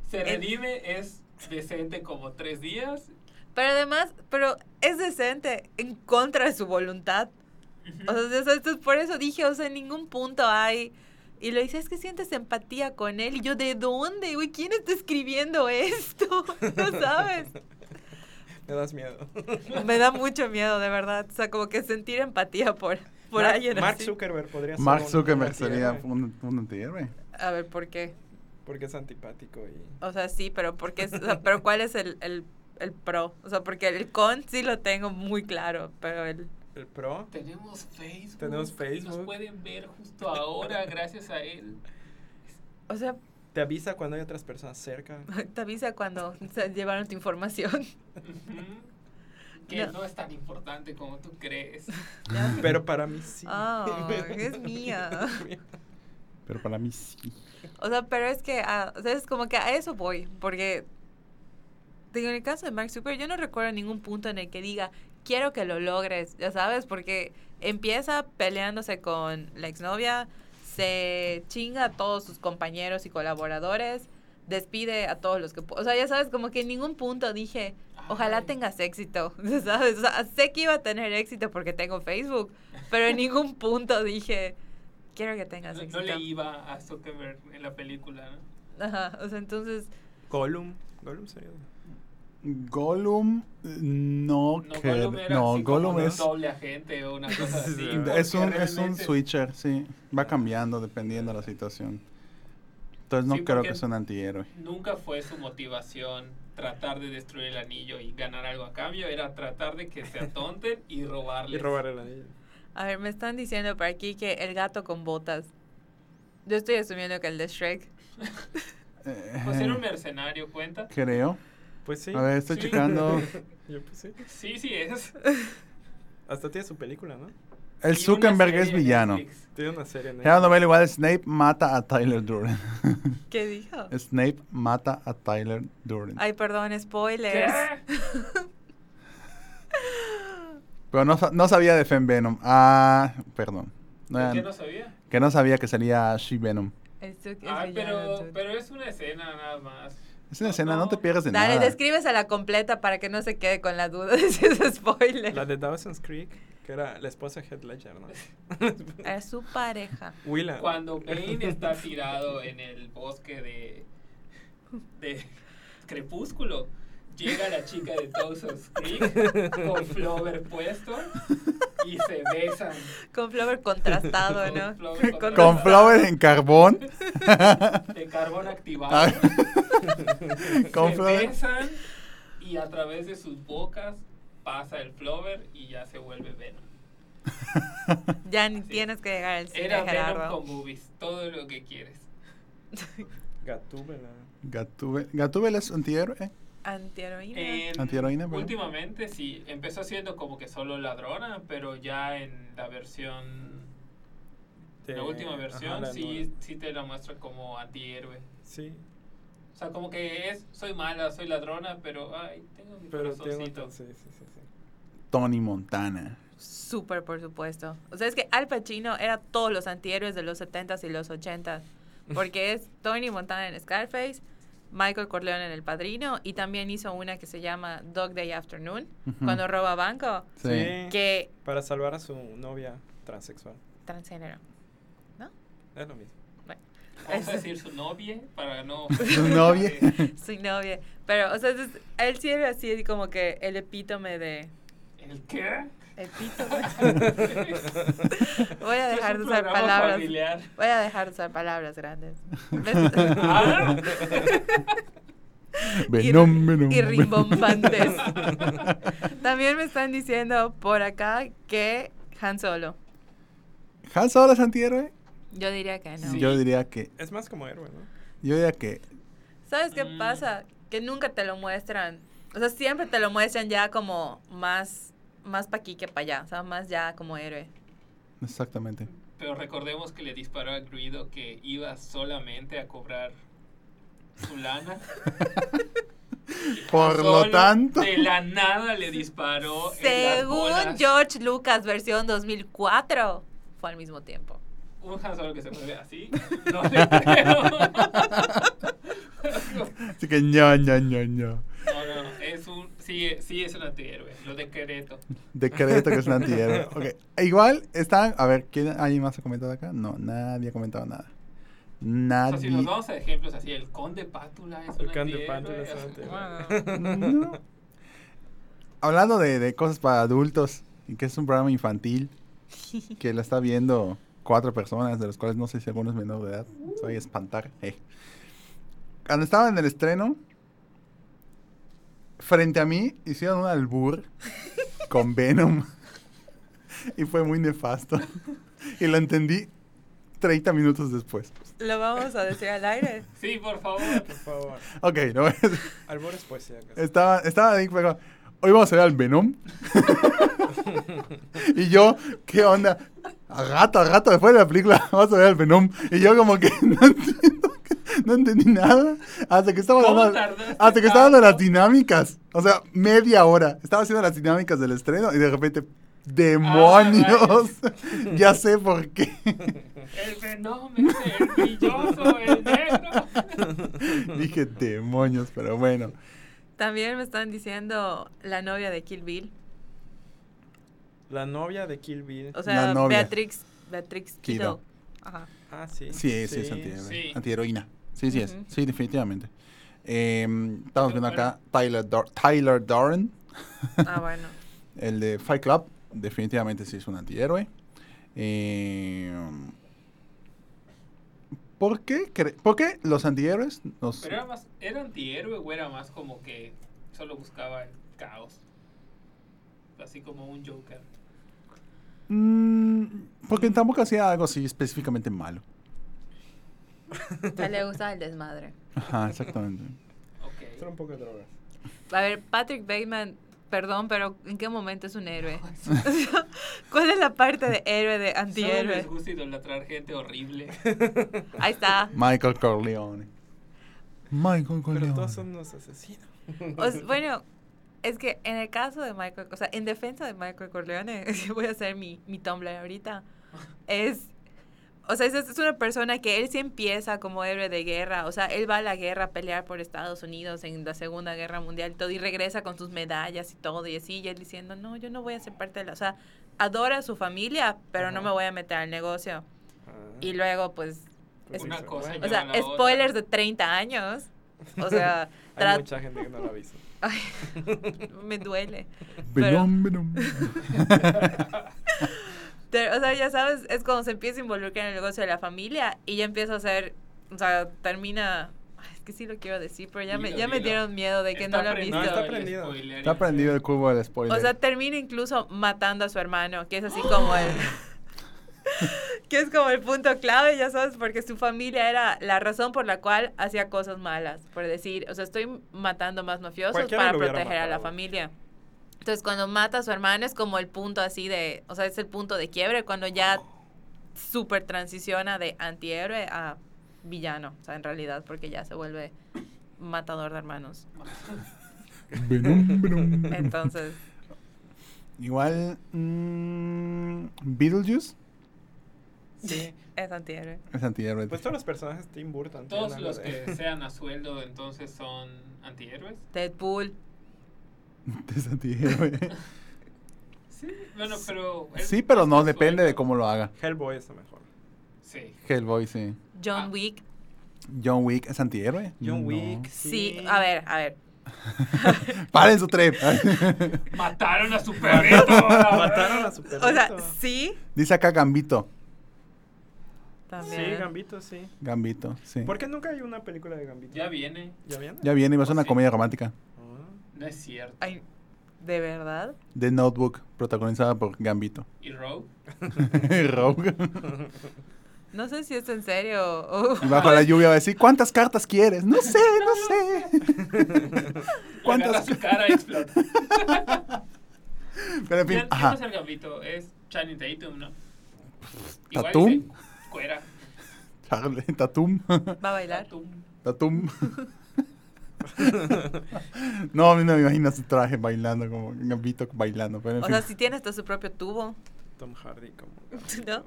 [SPEAKER 4] Se redime, es decente como tres días.
[SPEAKER 3] Pero además, pero es decente en contra de su voluntad. O sea, ya sabes, entonces, por eso dije, o sea, en ningún punto hay... Y lo dice, es que sientes empatía con él. Y yo, ¿de dónde, güey? ¿Quién está escribiendo esto? No sabes.
[SPEAKER 5] Me das miedo.
[SPEAKER 3] Me da mucho miedo, de verdad. O sea, como que sentir empatía por, por
[SPEAKER 5] Mark-
[SPEAKER 3] alguien
[SPEAKER 5] Mark
[SPEAKER 3] así.
[SPEAKER 5] Zuckerberg podría ser.
[SPEAKER 2] Mark
[SPEAKER 5] un- un
[SPEAKER 2] Zuckerberg sería
[SPEAKER 5] antihéroe,
[SPEAKER 2] un, un antihéroe.
[SPEAKER 3] A ver, ¿por qué?
[SPEAKER 5] Porque es antipático y.
[SPEAKER 3] O sea, sí, pero ¿por qué? es- o sea, pero ¿cuál es el, el, el pro? O sea, porque el con sí lo tengo muy claro, pero el...
[SPEAKER 5] El pro.
[SPEAKER 4] Tenemos Facebook.
[SPEAKER 5] Tenemos
[SPEAKER 4] Y nos
[SPEAKER 5] Facebook.
[SPEAKER 4] pueden ver justo ahora gracias a él.
[SPEAKER 3] O sea,
[SPEAKER 5] Te avisa cuando hay otras personas cerca.
[SPEAKER 3] te avisa cuando se llevaron tu información.
[SPEAKER 4] Ujú. Que
[SPEAKER 3] No.
[SPEAKER 4] no. es tan importante como tú crees.
[SPEAKER 5] Pero para mí sí.
[SPEAKER 3] Ah, es mía.
[SPEAKER 2] Pero para mí sí.
[SPEAKER 3] O sea, pero es que, ah, o sea, es como que a eso voy, porque digo, en el caso de Mark Super, yo no recuerdo ningún punto en el que diga, quiero que lo logres, ya sabes, porque empieza peleándose con la exnovia, se chinga a todos sus compañeros y colaboradores, despide a todos los que... pu- O sea, ya sabes, como que en ningún punto dije, ojalá
[SPEAKER 4] Ay.
[SPEAKER 3] tengas éxito, ya ¿sabes? O sea, sé que iba a tener éxito porque tengo Facebook, pero en ningún punto dije, quiero que tengas
[SPEAKER 4] No,
[SPEAKER 3] éxito.
[SPEAKER 4] no le iba a Zuckerberg en la película, ¿no?
[SPEAKER 3] Ajá, o sea, entonces,
[SPEAKER 5] Gollum. Gollum sería.
[SPEAKER 2] Gollum, eh, no,
[SPEAKER 4] No,
[SPEAKER 2] que-
[SPEAKER 4] Gollum era
[SPEAKER 2] no,
[SPEAKER 4] así como
[SPEAKER 2] Gollum
[SPEAKER 4] un
[SPEAKER 2] es,
[SPEAKER 4] doble agente o una cosa
[SPEAKER 5] Sí,
[SPEAKER 4] así.
[SPEAKER 5] sí,
[SPEAKER 4] porque
[SPEAKER 2] es un, es un
[SPEAKER 4] realmente-
[SPEAKER 2] switcher, sí. Va cambiando dependiendo de la situación. Entonces no
[SPEAKER 4] Sí,
[SPEAKER 2] creo
[SPEAKER 4] porque-
[SPEAKER 2] que sea un antihéroe.
[SPEAKER 4] Nunca fue su motivación tratar de destruir el anillo y ganar algo a cambio, era tratar de que se atonten y robarle.
[SPEAKER 5] Y robar el anillo.
[SPEAKER 3] a ver, me están diciendo por aquí que el gato con botas. Yo estoy asumiendo que el de Shrek.
[SPEAKER 2] Eh,
[SPEAKER 4] Pues era un mercenario, cuenta.
[SPEAKER 2] creo.
[SPEAKER 5] Pues sí.
[SPEAKER 2] A ver, estoy
[SPEAKER 4] Sí.
[SPEAKER 2] checando.
[SPEAKER 5] Yo pues sí.
[SPEAKER 4] Sí, sí es.
[SPEAKER 5] Hasta tiene su película, ¿no?
[SPEAKER 2] El
[SPEAKER 4] Y una
[SPEAKER 2] Zuckerberg
[SPEAKER 4] serie
[SPEAKER 2] es
[SPEAKER 4] de
[SPEAKER 2] villano.
[SPEAKER 4] Netflix.
[SPEAKER 5] Tiene una serie en
[SPEAKER 2] Gerardo Novela igual Snape mata a Tyler Durden.
[SPEAKER 3] ¿Qué dijo?
[SPEAKER 2] Snape mata a Tyler Durden.
[SPEAKER 3] Ay, perdón, spoilers.
[SPEAKER 4] ¿Qué?
[SPEAKER 2] Pero no, sa- no sabía de Fem Venom. Ah, perdón. No,
[SPEAKER 4] ¿Por qué
[SPEAKER 2] eran-
[SPEAKER 4] no sabía?
[SPEAKER 2] que no sabía que sería She Venom.
[SPEAKER 3] El Zuck es
[SPEAKER 4] Ay,
[SPEAKER 3] villano,
[SPEAKER 4] pero,
[SPEAKER 3] dude.
[SPEAKER 4] pero es una escena nada más.
[SPEAKER 2] Es una
[SPEAKER 4] No,
[SPEAKER 2] escena, no
[SPEAKER 4] Ah, no.
[SPEAKER 2] te pierdes de
[SPEAKER 3] Dale,
[SPEAKER 2] nada.
[SPEAKER 3] describes a la completa para que no se quede con la duda de si es spoiler.
[SPEAKER 5] La de Dawson's Creek, que era la esposa de Heath Ledger, ¿no?
[SPEAKER 3] Era su pareja.
[SPEAKER 5] Willa.
[SPEAKER 4] Cuando Bane está tirado en el bosque de, de Crepúsculo, llega la chica de Dawson's Creek con Flover puesto y se besan.
[SPEAKER 3] Con Flower contrastado,
[SPEAKER 4] Con
[SPEAKER 3] ¿no?
[SPEAKER 4] Flower contrastado.
[SPEAKER 2] Con Flower en carbón.
[SPEAKER 4] De carbón
[SPEAKER 2] Ah.
[SPEAKER 4] activado.
[SPEAKER 2] Con
[SPEAKER 4] se
[SPEAKER 2] Flower.
[SPEAKER 4] besan y a través de sus bocas pasa el Flover y ya se vuelve Venom.
[SPEAKER 3] Ya ni
[SPEAKER 4] Sí.
[SPEAKER 3] tienes que llegar al cine,
[SPEAKER 4] Era Venom
[SPEAKER 3] Gerardo.
[SPEAKER 4] con boobies, todo lo que quieres.
[SPEAKER 5] Gatúbela.
[SPEAKER 2] Gatúbel. Gatúbel es antihéroe. ¿eh?
[SPEAKER 3] Antiheroína.
[SPEAKER 4] En-
[SPEAKER 2] Antiheroína, perdón.
[SPEAKER 4] Últimamente sí, empezó siendo como que solo ladrona, pero ya en la versión,
[SPEAKER 5] De-
[SPEAKER 4] la última
[SPEAKER 5] ajá,
[SPEAKER 4] versión,
[SPEAKER 5] la
[SPEAKER 4] sí,
[SPEAKER 5] nueva.
[SPEAKER 4] sí te la muestra como antihéroe.
[SPEAKER 5] Sí,
[SPEAKER 4] O sea, como que es, soy mala, soy ladrona, pero ay, tengo mi
[SPEAKER 5] pero tiene
[SPEAKER 4] corazoncito.
[SPEAKER 5] un... Sí, sí, sí, sí.
[SPEAKER 2] Tony Montana.
[SPEAKER 3] Súper, por supuesto. O sea, es que Al Pacino era todos los antihéroes de los 70s y los 80s. Porque es Tony Montana en Scarface, Michael Corleone en El Padrino y también hizo una que se llama Dog Day Afternoon,
[SPEAKER 2] Ujú.
[SPEAKER 3] cuando roba banco,
[SPEAKER 2] Sí.
[SPEAKER 5] Sí.
[SPEAKER 3] que
[SPEAKER 5] Para salvar a su novia transexual.
[SPEAKER 3] transgénero. ¿No?
[SPEAKER 5] No es lo mismo.
[SPEAKER 4] Vamos a
[SPEAKER 3] Es-
[SPEAKER 4] decir su novia para no...
[SPEAKER 2] Su novia.
[SPEAKER 3] Su novia. Pero, o sea, es- él sí era así como que el epítome de...
[SPEAKER 4] ¿El qué?
[SPEAKER 3] Epítome. Voy a dejar de usar palabras. Voy a dejar de usar palabras grandes.
[SPEAKER 4] Ah.
[SPEAKER 2] Venom, venom,
[SPEAKER 3] y
[SPEAKER 2] venom.
[SPEAKER 3] rimbombantes. También me están diciendo por acá que Han Solo.
[SPEAKER 2] ¿Han Solo es antihéroe?
[SPEAKER 3] Yo diría que no.
[SPEAKER 4] Sí.
[SPEAKER 2] Yo diría que.
[SPEAKER 5] Es más como héroe, ¿no?
[SPEAKER 2] Yo diría que.
[SPEAKER 3] ¿Sabes qué
[SPEAKER 4] Mm.
[SPEAKER 3] pasa? Que nunca te lo muestran. O sea, siempre te lo muestran ya como más, más pa' aquí que para allá. O sea, más ya como héroe.
[SPEAKER 2] Exactamente.
[SPEAKER 4] Pero recordemos que le disparó a Gruido que iba solamente a cobrar su lana.
[SPEAKER 2] Por lo
[SPEAKER 4] Solo
[SPEAKER 2] tanto.
[SPEAKER 4] De la nada le disparó. en las
[SPEAKER 3] Según
[SPEAKER 4] bolas.
[SPEAKER 3] George Lucas, versión 2004, fue al mismo tiempo.
[SPEAKER 4] Un Han Solo que se mueve así. No le creo.
[SPEAKER 2] Así que ño, ño, ño, ño.
[SPEAKER 4] No, no, es un. Sí, sí es un antihéroe. Lo decreto.
[SPEAKER 2] Decreto que es un antihéroe. Ok. Igual están. A ver, ¿quién, ¿alguien más ha comentado acá? No, nadie ha comentado nada.
[SPEAKER 4] O sea, si
[SPEAKER 2] Nadie.
[SPEAKER 4] nos vamos a ejemplos así, el conde Pátula es un
[SPEAKER 5] El Conde
[SPEAKER 4] antihéroe.
[SPEAKER 5] Pátula es un
[SPEAKER 4] así,
[SPEAKER 5] antihéroe.
[SPEAKER 4] bueno.
[SPEAKER 2] No. Hablando de, de cosas para adultos y que es un programa infantil que lo está viendo cuatro personas, de las cuales no sé si alguno es menor de edad. Se vaya a espantar. eh. Cuando estaba en el estreno, frente a mí hicieron un albur con Venom y fue muy nefasto. Y lo entendí 30 minutos después.
[SPEAKER 3] Lo vamos a decir al aire.
[SPEAKER 4] Sí, por favor.
[SPEAKER 5] Por favor.
[SPEAKER 2] Ok, no voy a-
[SPEAKER 5] Albor es poesía. casi.
[SPEAKER 2] Estaba, estaba ahí, pero, hoy vamos a ver al Venom. y yo, ¿qué onda? A gato, a gato, después de la película vamos a ver al Venom. Y yo como que no entiendo, no entendí nada. Hasta que estaba
[SPEAKER 4] ¿Cómo
[SPEAKER 2] dando,
[SPEAKER 4] tardaste
[SPEAKER 2] hasta que estaba dando
[SPEAKER 4] tanto?
[SPEAKER 2] las dinámicas. O sea, media hora. Estaba haciendo las dinámicas del estreno y de repente, ¡demonios!
[SPEAKER 4] Ah,
[SPEAKER 2] ya sé por qué.
[SPEAKER 4] El fenómeno, el brilloso, el negro.
[SPEAKER 2] Dije, demonios, pero bueno.
[SPEAKER 3] También me están diciendo la novia de Kill Bill.
[SPEAKER 5] La novia de Kill Bill.
[SPEAKER 3] O sea,
[SPEAKER 2] La novia.
[SPEAKER 3] Beatrix, Beatrix Kiddo.
[SPEAKER 2] Kiddo.
[SPEAKER 3] Ajá.
[SPEAKER 5] Ah, sí.
[SPEAKER 2] Sí, sí, es antihéroe.
[SPEAKER 4] Sí.
[SPEAKER 2] Antiheroína. Sí, sí es.
[SPEAKER 3] Ujú.
[SPEAKER 2] Sí, definitivamente. Em, estamos
[SPEAKER 4] Pero
[SPEAKER 2] viendo acá Tyler, Dor- Tyler Doran,
[SPEAKER 3] Ah, bueno.
[SPEAKER 2] el de Fight Club. Definitivamente sí es un antihéroe. Em, ¿por, qué cre- ¿Por qué los antihéroes nos...
[SPEAKER 4] Pero era más, ¿era antihéroe o era más como que solo buscaba el caos? Así como un Joker.
[SPEAKER 2] Mm, porque tampoco hacía algo así específicamente malo.
[SPEAKER 3] Ya le gusta el desmadre.
[SPEAKER 2] Ajá, exactamente.
[SPEAKER 4] Ok.
[SPEAKER 5] Son un poco de drogas.
[SPEAKER 3] A ver, Patrick Bateman, perdón, pero ¿en qué momento es un héroe? ¿Cuál es la parte de héroe de
[SPEAKER 4] Solo les
[SPEAKER 3] antihéroe?
[SPEAKER 4] gusta idolatrar gente horrible.
[SPEAKER 3] Ahí está.
[SPEAKER 2] Michael Corleone. Michael Corleone.
[SPEAKER 5] Pero todos son unos asesinos.
[SPEAKER 3] O s- Pues, bueno, es que en el caso de Michael, o sea, en defensa de Michael Corleone, voy a hacer mi, mi Tumblr ahorita, es, o sea, es, es una persona que él sí empieza como héroe de guerra, o sea, él va a la guerra a pelear por Estados Unidos en la Segunda Guerra Mundial y todo, y regresa con sus medallas y todo, y así, y él diciendo, no, yo no voy a ser parte de la, o sea, adora a su familia, pero no
[SPEAKER 5] Ajá.
[SPEAKER 3] me voy a meter al negocio.
[SPEAKER 5] Ah,
[SPEAKER 3] Y luego, pues,
[SPEAKER 5] pues
[SPEAKER 4] Una
[SPEAKER 5] sí,
[SPEAKER 3] o
[SPEAKER 4] cosa
[SPEAKER 5] bueno.
[SPEAKER 4] lleva
[SPEAKER 3] sea,
[SPEAKER 4] a la otra.
[SPEAKER 3] spoilers de 30 años, o sea,
[SPEAKER 5] Hay
[SPEAKER 3] tra-
[SPEAKER 5] mucha gente que no lo ha visto.
[SPEAKER 3] ay, me duele.
[SPEAKER 2] Venom, Venom.
[SPEAKER 3] Te- o sea, ya sabes, es cuando se empieza a involucrar en el negocio de la familia y ya empieza a ser, o sea, termina, ay, es que sí lo quiero decir, pero ya, me,
[SPEAKER 4] Dilo,
[SPEAKER 3] ya me
[SPEAKER 4] dilo.
[SPEAKER 3] dieron miedo de que
[SPEAKER 4] Está
[SPEAKER 3] no lo han visto.
[SPEAKER 4] prendido
[SPEAKER 5] No, está
[SPEAKER 4] el
[SPEAKER 5] prendido.
[SPEAKER 4] spoiler.
[SPEAKER 2] Está prendido el cubo del spoiler.
[SPEAKER 3] O sea, termina incluso matando a su hermano, que es así como el... que es como el punto clave, ya sabes, porque su familia era la razón por la cual hacía cosas malas, por decir, o sea, estoy matando más mafiosos
[SPEAKER 5] Cualquiera
[SPEAKER 3] para
[SPEAKER 5] lo hubiera
[SPEAKER 3] proteger a la
[SPEAKER 5] matado.
[SPEAKER 3] familia. Entonces, cuando mata a su hermano es como el punto así de, o sea, es el punto de quiebre, cuando ya súper transiciona de antihéroe a villano, o sea, en realidad, porque ya se vuelve matador de hermanos.
[SPEAKER 2] Venom, Venom.
[SPEAKER 3] Entonces...
[SPEAKER 2] Igual. mm, Beetlejuice
[SPEAKER 5] Sí.
[SPEAKER 3] Es antihéroe.
[SPEAKER 2] es antihéroe.
[SPEAKER 5] Pues todos los personajes de Tim Burton. tienen
[SPEAKER 4] Todos
[SPEAKER 5] algo
[SPEAKER 4] los
[SPEAKER 5] de-
[SPEAKER 4] que sean a sueldo entonces son antihéroes.
[SPEAKER 3] Deadpool.
[SPEAKER 2] Es antihéroe.
[SPEAKER 4] Sí. Bueno, pero. él
[SPEAKER 2] sí, pero
[SPEAKER 4] está
[SPEAKER 2] no,
[SPEAKER 4] a
[SPEAKER 2] depende de
[SPEAKER 4] sueldo.
[SPEAKER 2] cómo lo haga.
[SPEAKER 5] Hellboy está mejor.
[SPEAKER 4] Sí.
[SPEAKER 2] Hellboy, sí.
[SPEAKER 3] John
[SPEAKER 4] Ah.
[SPEAKER 3] Wick.
[SPEAKER 2] John Wick es antihéroe.
[SPEAKER 5] John
[SPEAKER 2] No.
[SPEAKER 5] Wick.
[SPEAKER 3] Sí. a ver, a ver.
[SPEAKER 2] Paren su trep.
[SPEAKER 4] Mataron a su perrito. Mataron.
[SPEAKER 5] Mataron a su perrito.
[SPEAKER 3] O sea, sí.
[SPEAKER 2] Dice acá Gambito.
[SPEAKER 3] También.
[SPEAKER 5] Sí, Gambito, sí.
[SPEAKER 2] Gambito, sí.
[SPEAKER 5] ¿Por qué nunca hay una película de Gambito?
[SPEAKER 4] Ya viene.
[SPEAKER 5] ¿Ya viene?
[SPEAKER 2] Ya viene, iba a ser
[SPEAKER 4] Oh,
[SPEAKER 2] una
[SPEAKER 4] sí.
[SPEAKER 2] comedia romántica.
[SPEAKER 5] Ah.
[SPEAKER 4] No es cierto.
[SPEAKER 3] Ay, ¿De verdad?
[SPEAKER 2] The Notebook, protagonizada por Gambito.
[SPEAKER 4] ¿Y Rogue?
[SPEAKER 2] Rogue.
[SPEAKER 3] No sé si es en serio. o-
[SPEAKER 2] Y bajo la lluvia va a decir, ¿cuántas cartas quieres? No sé, no sé. ¿Cuántas-
[SPEAKER 4] ¿Cuántas? su cara y explota.
[SPEAKER 2] Pero en fin,
[SPEAKER 4] ¿Quién, quién
[SPEAKER 2] ajá.
[SPEAKER 4] es el gambito? Es Channing Tatum, ¿no? Igual
[SPEAKER 2] ¿Tatum?
[SPEAKER 4] dice Cuera.
[SPEAKER 2] Charlie, Tatum.
[SPEAKER 3] ¿Va a bailar?
[SPEAKER 4] Tatum.
[SPEAKER 2] Tatum. No, a mí no me imagino su traje bailando, como Gambito bailando. Pero en
[SPEAKER 3] O
[SPEAKER 2] fin.
[SPEAKER 3] sea, si tiene hasta su propio tubo,
[SPEAKER 5] Tom Hardy como...
[SPEAKER 3] ¿no?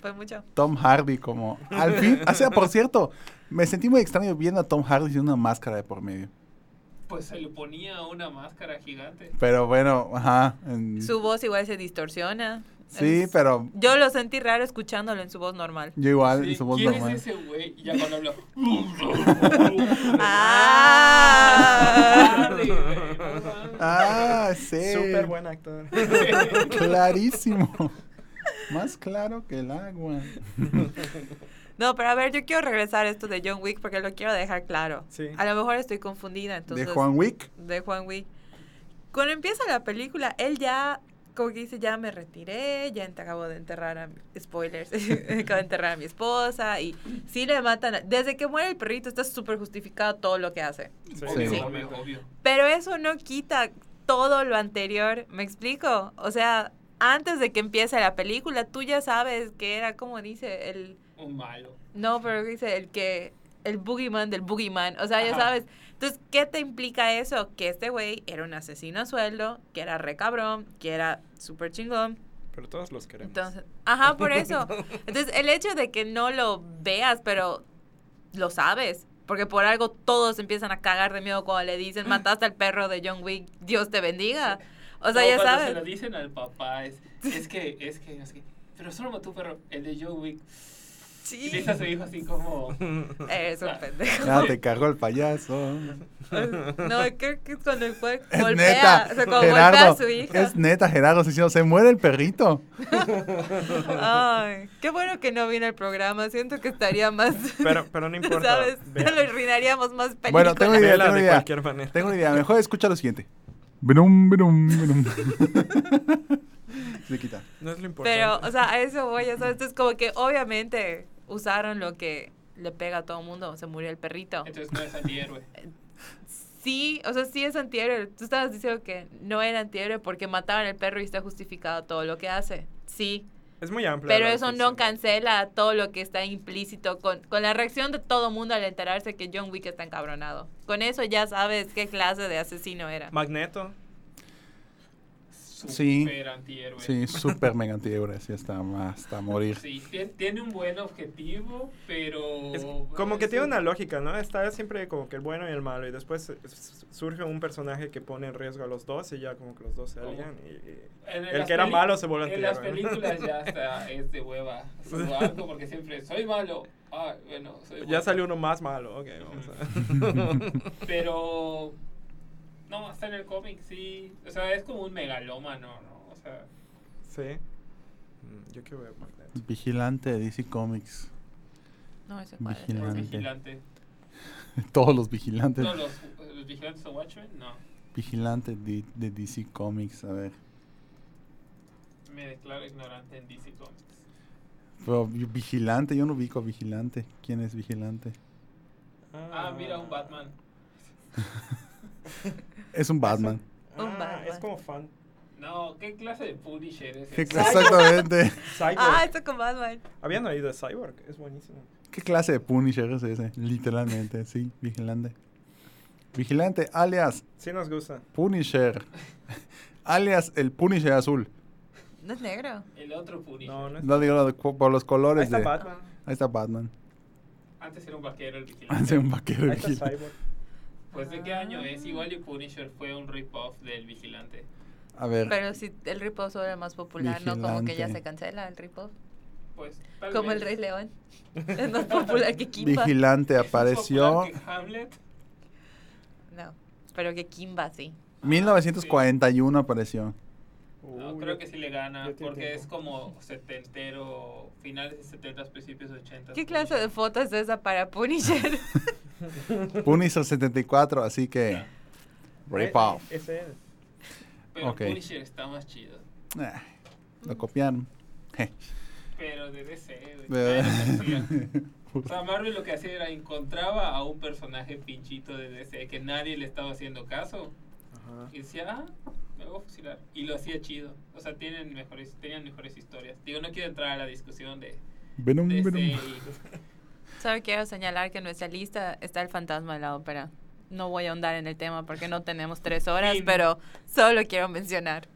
[SPEAKER 3] Fue mucho.
[SPEAKER 2] Tom Hardy como... Al fin, o sea, por cierto, me sentí muy extraño viendo a Tom Hardy sin una máscara de por medio.
[SPEAKER 4] Pues se le ponía una máscara gigante.
[SPEAKER 2] Pero bueno, ajá. en-
[SPEAKER 3] Su voz igual se distorsiona.
[SPEAKER 2] Mm. Sí,
[SPEAKER 3] Es-
[SPEAKER 2] pero
[SPEAKER 3] Yo lo sentí raro escuchándolo en su voz normal.
[SPEAKER 2] yo igual,
[SPEAKER 4] Sí,
[SPEAKER 2] su voz
[SPEAKER 4] ¿Quién
[SPEAKER 2] normal.
[SPEAKER 4] es ese güey? Y ya cuando habló.
[SPEAKER 3] Ah.
[SPEAKER 4] Madre, güey, no mames.
[SPEAKER 2] Ah, sí.
[SPEAKER 5] Súper buen actor.
[SPEAKER 2] Clarísimo. Más claro que el agua.
[SPEAKER 3] No, pero a ver, yo quiero regresar a esto de John Wick porque lo quiero dejar claro.
[SPEAKER 5] Sí.
[SPEAKER 3] A lo mejor estoy confundida, entonces.
[SPEAKER 2] de Juan Wick.
[SPEAKER 3] de Juan Wick. Cuando empieza la película, él ya, como que dice, ya me retiré, ya ent- acabo de enterrar a mi, spoilers, acabo de enterrar a mi esposa y sí le matan. a- desde que muere el perrito está súper justificado todo lo que hace.
[SPEAKER 2] Sí.
[SPEAKER 4] Obvio, obvio, obvio.
[SPEAKER 3] Pero eso no quita todo lo anterior, ¿me explico? O sea, antes de que empiece la película, tú ya sabes que era, como dice, el...
[SPEAKER 4] Un malo.
[SPEAKER 3] No, pero dice el que el boogeyman del boogeyman, o sea, ya
[SPEAKER 4] Ajá.
[SPEAKER 3] sabes. Entonces, ¿qué te implica eso? Que este güey era un asesino a sueldo, que era re cabrón, que era súper chingón.
[SPEAKER 5] Pero todos los queremos.
[SPEAKER 3] Entonces, ajá, por eso. Entonces, el hecho de que no lo veas, pero lo sabes, porque por algo todos empiezan a cagar de miedo cuando le dicen, "Mataste al perro de John Wick, Dios te bendiga." O sea,
[SPEAKER 4] No,
[SPEAKER 3] ya
[SPEAKER 4] cuando se lo
[SPEAKER 3] sabes.
[SPEAKER 4] dicen al papá, es, es que, es que, no sé qué. Pero solo mató un perro, el de Joe Wick. Y
[SPEAKER 3] Sí.
[SPEAKER 4] le dice a su hijo así como...
[SPEAKER 3] Eres un pendejo.
[SPEAKER 2] Ya Ah, te cargó el payaso.
[SPEAKER 3] No, creo que es cuando el güey
[SPEAKER 2] Es
[SPEAKER 3] golpea,
[SPEAKER 2] neta,
[SPEAKER 3] o sea, cuando golpea a
[SPEAKER 2] Gerardo.
[SPEAKER 3] su hijo.
[SPEAKER 2] Es neta, Gerardo. Se, hicieron, se muere el perrito.
[SPEAKER 3] Ay, qué bueno que no vino al programa. Siento que estaría más.
[SPEAKER 5] Pero, pero no importa.
[SPEAKER 3] ¿Sabes?
[SPEAKER 5] Ve-
[SPEAKER 3] Ya lo arruinaríamos más películas.
[SPEAKER 2] Bueno, tengo idea,
[SPEAKER 5] vela
[SPEAKER 2] tengo
[SPEAKER 5] de
[SPEAKER 2] idea.
[SPEAKER 5] cualquier manera.
[SPEAKER 2] Tengo una idea. Mejor escucha lo siguiente. Brum, brum, brum. Se quita.
[SPEAKER 5] No es lo importante.
[SPEAKER 3] Pero, o sea, a eso voy. ya ¿sabes? Es como que obviamente usaron lo que le pega a todo el mundo. Se murió el perrito.
[SPEAKER 4] Entonces no es antihéroe.
[SPEAKER 3] Sí, o sea, sí es antihéroe. Tú estabas diciendo que no era antihéroe porque mataban al perro y está justificado todo lo que hace. Sí,
[SPEAKER 5] es muy amplio.
[SPEAKER 3] pero eso no cancela todo lo que está implícito con, con la reacción de todo el mundo al enterarse que John Wick está encabronado. Con eso ya sabes qué clase de asesino era.
[SPEAKER 5] Magneto.
[SPEAKER 4] Super
[SPEAKER 2] Sí.
[SPEAKER 4] antihéroe.
[SPEAKER 2] Sí, súper mega antihéroe. Así hasta, hasta morir.
[SPEAKER 4] Sí, tien- tiene un buen objetivo, pero...
[SPEAKER 5] Es como que
[SPEAKER 4] es
[SPEAKER 5] tiene
[SPEAKER 4] un-
[SPEAKER 5] una lógica, ¿no? Está siempre como que el bueno y el malo. Y después eh, s- surge un personaje que pone en riesgo a los dos y ya como que los dos se
[SPEAKER 4] Ojo.
[SPEAKER 5] alían. y- y-
[SPEAKER 4] en- en
[SPEAKER 5] el
[SPEAKER 4] las
[SPEAKER 5] que era
[SPEAKER 4] peli-
[SPEAKER 5] malo se vuelve
[SPEAKER 4] En las
[SPEAKER 5] antihéroe, ¿no?
[SPEAKER 4] películas ya hasta es de hueva su arco porque siempre soy malo. Ah, bueno, soy
[SPEAKER 5] Ya
[SPEAKER 4] bueno.
[SPEAKER 5] salió uno más malo. Ok, vamos a...
[SPEAKER 4] Pero. No, hasta en el cómic sí. O sea, es como un megalómano, ¿no? O sea,
[SPEAKER 5] sí. Mm, Yo quiero ver Magneto.
[SPEAKER 2] Vigilante de DC Comics.
[SPEAKER 3] No, ese
[SPEAKER 2] cuál es.
[SPEAKER 4] es
[SPEAKER 2] Vigilante.
[SPEAKER 4] vigilante.
[SPEAKER 2] Todos los vigilantes.
[SPEAKER 4] No, los, los vigilantes son Watchmen, no.
[SPEAKER 2] Vigilante de, de DC Comics. A ver.
[SPEAKER 4] Me declaro ignorante en DC Comics.
[SPEAKER 2] Pero vi- vigilante, yo no ubico a vigilante. ¿Quién es vigilante?
[SPEAKER 4] Ah, mira, un Batman.
[SPEAKER 2] Es un Batman.
[SPEAKER 5] Ah,
[SPEAKER 3] Un Batman.
[SPEAKER 5] es como fan.
[SPEAKER 4] No, ¿qué clase de Punisher es
[SPEAKER 2] ¿Qué
[SPEAKER 4] ese?
[SPEAKER 2] cla- exactamente.
[SPEAKER 5] Cyborg.
[SPEAKER 3] Ah, esto con Batman.
[SPEAKER 5] Habían oído de Cyborg. Es buenísimo.
[SPEAKER 2] ¿Qué clase de Punisher es ese? Literalmente, sí, vigilante. Vigilante, alias
[SPEAKER 5] Sí nos gusta.
[SPEAKER 2] Punisher. alias el Punisher azul.
[SPEAKER 3] No es negro.
[SPEAKER 4] El otro Punisher.
[SPEAKER 5] No, no es...
[SPEAKER 2] No digo lo de cu- por los
[SPEAKER 5] Ahí
[SPEAKER 2] colores
[SPEAKER 5] está
[SPEAKER 2] de.
[SPEAKER 5] Batman.
[SPEAKER 3] Ah,
[SPEAKER 2] Ahí está Batman.
[SPEAKER 4] Antes era un vaquero el
[SPEAKER 2] Hace un
[SPEAKER 4] vigilante.
[SPEAKER 2] vaquero
[SPEAKER 5] Ahí está
[SPEAKER 2] vigilante.
[SPEAKER 5] Cyborg.
[SPEAKER 4] Pues de qué año es. Igual y Punisher fue un rip-off del vigilante.
[SPEAKER 2] A ver.
[SPEAKER 3] Pero si el ripoff era más popular, ¿no? Como que ya
[SPEAKER 2] Vigilante.
[SPEAKER 3] se cancela el ripoff.
[SPEAKER 4] pues. tal
[SPEAKER 3] Como el
[SPEAKER 4] vez.
[SPEAKER 3] Rey León. Es más popular que Kimba.
[SPEAKER 2] Vigilante
[SPEAKER 4] ¿Es más
[SPEAKER 2] apareció.
[SPEAKER 4] popular que Hamlet?
[SPEAKER 3] No, pero que Kimba sí.
[SPEAKER 2] 1941 apareció.
[SPEAKER 4] No,
[SPEAKER 5] Uh,
[SPEAKER 4] creo
[SPEAKER 5] yo-
[SPEAKER 4] que sí le gana,
[SPEAKER 5] yo te
[SPEAKER 4] porque
[SPEAKER 5] entiendo.
[SPEAKER 4] es como setentero, finales de setentas, principios ochentas.
[SPEAKER 3] ¿Qué clase de foto es esa para Punisher?
[SPEAKER 2] Punisher 74, así que. Rip
[SPEAKER 5] Eh,
[SPEAKER 2] off.
[SPEAKER 5] Es él.
[SPEAKER 4] Pero
[SPEAKER 2] Ok.
[SPEAKER 4] Punisher está más chido.
[SPEAKER 2] Ah, lo copiaron. Je.
[SPEAKER 4] Pero de DC, güey, nadie lo hacía. O sea, Marvel lo que hacía era encontraba a un personaje pinchito de DC que nadie le estaba haciendo caso
[SPEAKER 5] Ajá.
[SPEAKER 4] y decía, ah, me voy a fusilar. Y lo hacía chido. O sea, tienen mejores, tenían mejores historias. Digo, no quiero entrar a la discusión de
[SPEAKER 2] Venom,
[SPEAKER 4] DC
[SPEAKER 2] Venom.
[SPEAKER 4] y...
[SPEAKER 3] Solo quiero señalar que en nuestra lista está el fantasma de la ópera. No voy a ahondar en el tema porque no tenemos tres horas,
[SPEAKER 4] Sí, no.
[SPEAKER 3] pero solo quiero mencionar.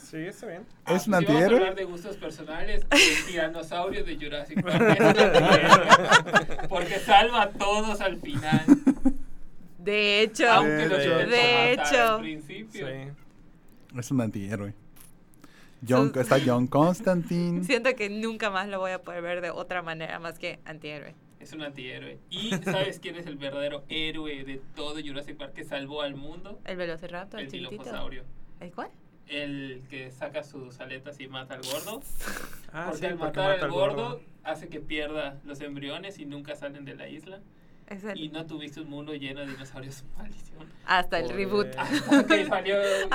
[SPEAKER 5] Sí, está bien.
[SPEAKER 2] ¿Es un
[SPEAKER 4] Ah, si vamos a hablar
[SPEAKER 2] antihéroe?
[SPEAKER 4] de gustos personales, el tiranosaurio de Jurassic Park es la primera, Porque salva a todos al final.
[SPEAKER 3] De hecho,
[SPEAKER 4] Aunque lo
[SPEAKER 2] de
[SPEAKER 4] intentó
[SPEAKER 3] de
[SPEAKER 4] matar
[SPEAKER 3] hecho.
[SPEAKER 4] al principio.
[SPEAKER 2] Es un antihéroe. John,
[SPEAKER 3] Sus-
[SPEAKER 2] está John Constantine.
[SPEAKER 3] siento que nunca más lo voy a poder ver de otra manera más que antihéroe.
[SPEAKER 4] Es un antihéroe. ¿Y sabes quién es el verdadero héroe de todo Jurassic Park que salvó al mundo?
[SPEAKER 3] El velociraptor, el,
[SPEAKER 4] El
[SPEAKER 3] chiquitito.
[SPEAKER 4] dilofosaurio.
[SPEAKER 3] ¿El cuál?
[SPEAKER 4] El que saca sus aletas y mata al gordo.
[SPEAKER 5] Ah,
[SPEAKER 4] porque
[SPEAKER 5] sí,
[SPEAKER 4] al
[SPEAKER 5] porque
[SPEAKER 4] matar
[SPEAKER 5] mata
[SPEAKER 4] al gordo, hace que pierda los embriones y nunca salen de la isla.
[SPEAKER 3] Es el-
[SPEAKER 4] Y no tuviste un mundo lleno de dinosaurios. Maldición.
[SPEAKER 3] hasta el
[SPEAKER 5] Por-
[SPEAKER 3] reboot.
[SPEAKER 4] Hasta que salió Jurassic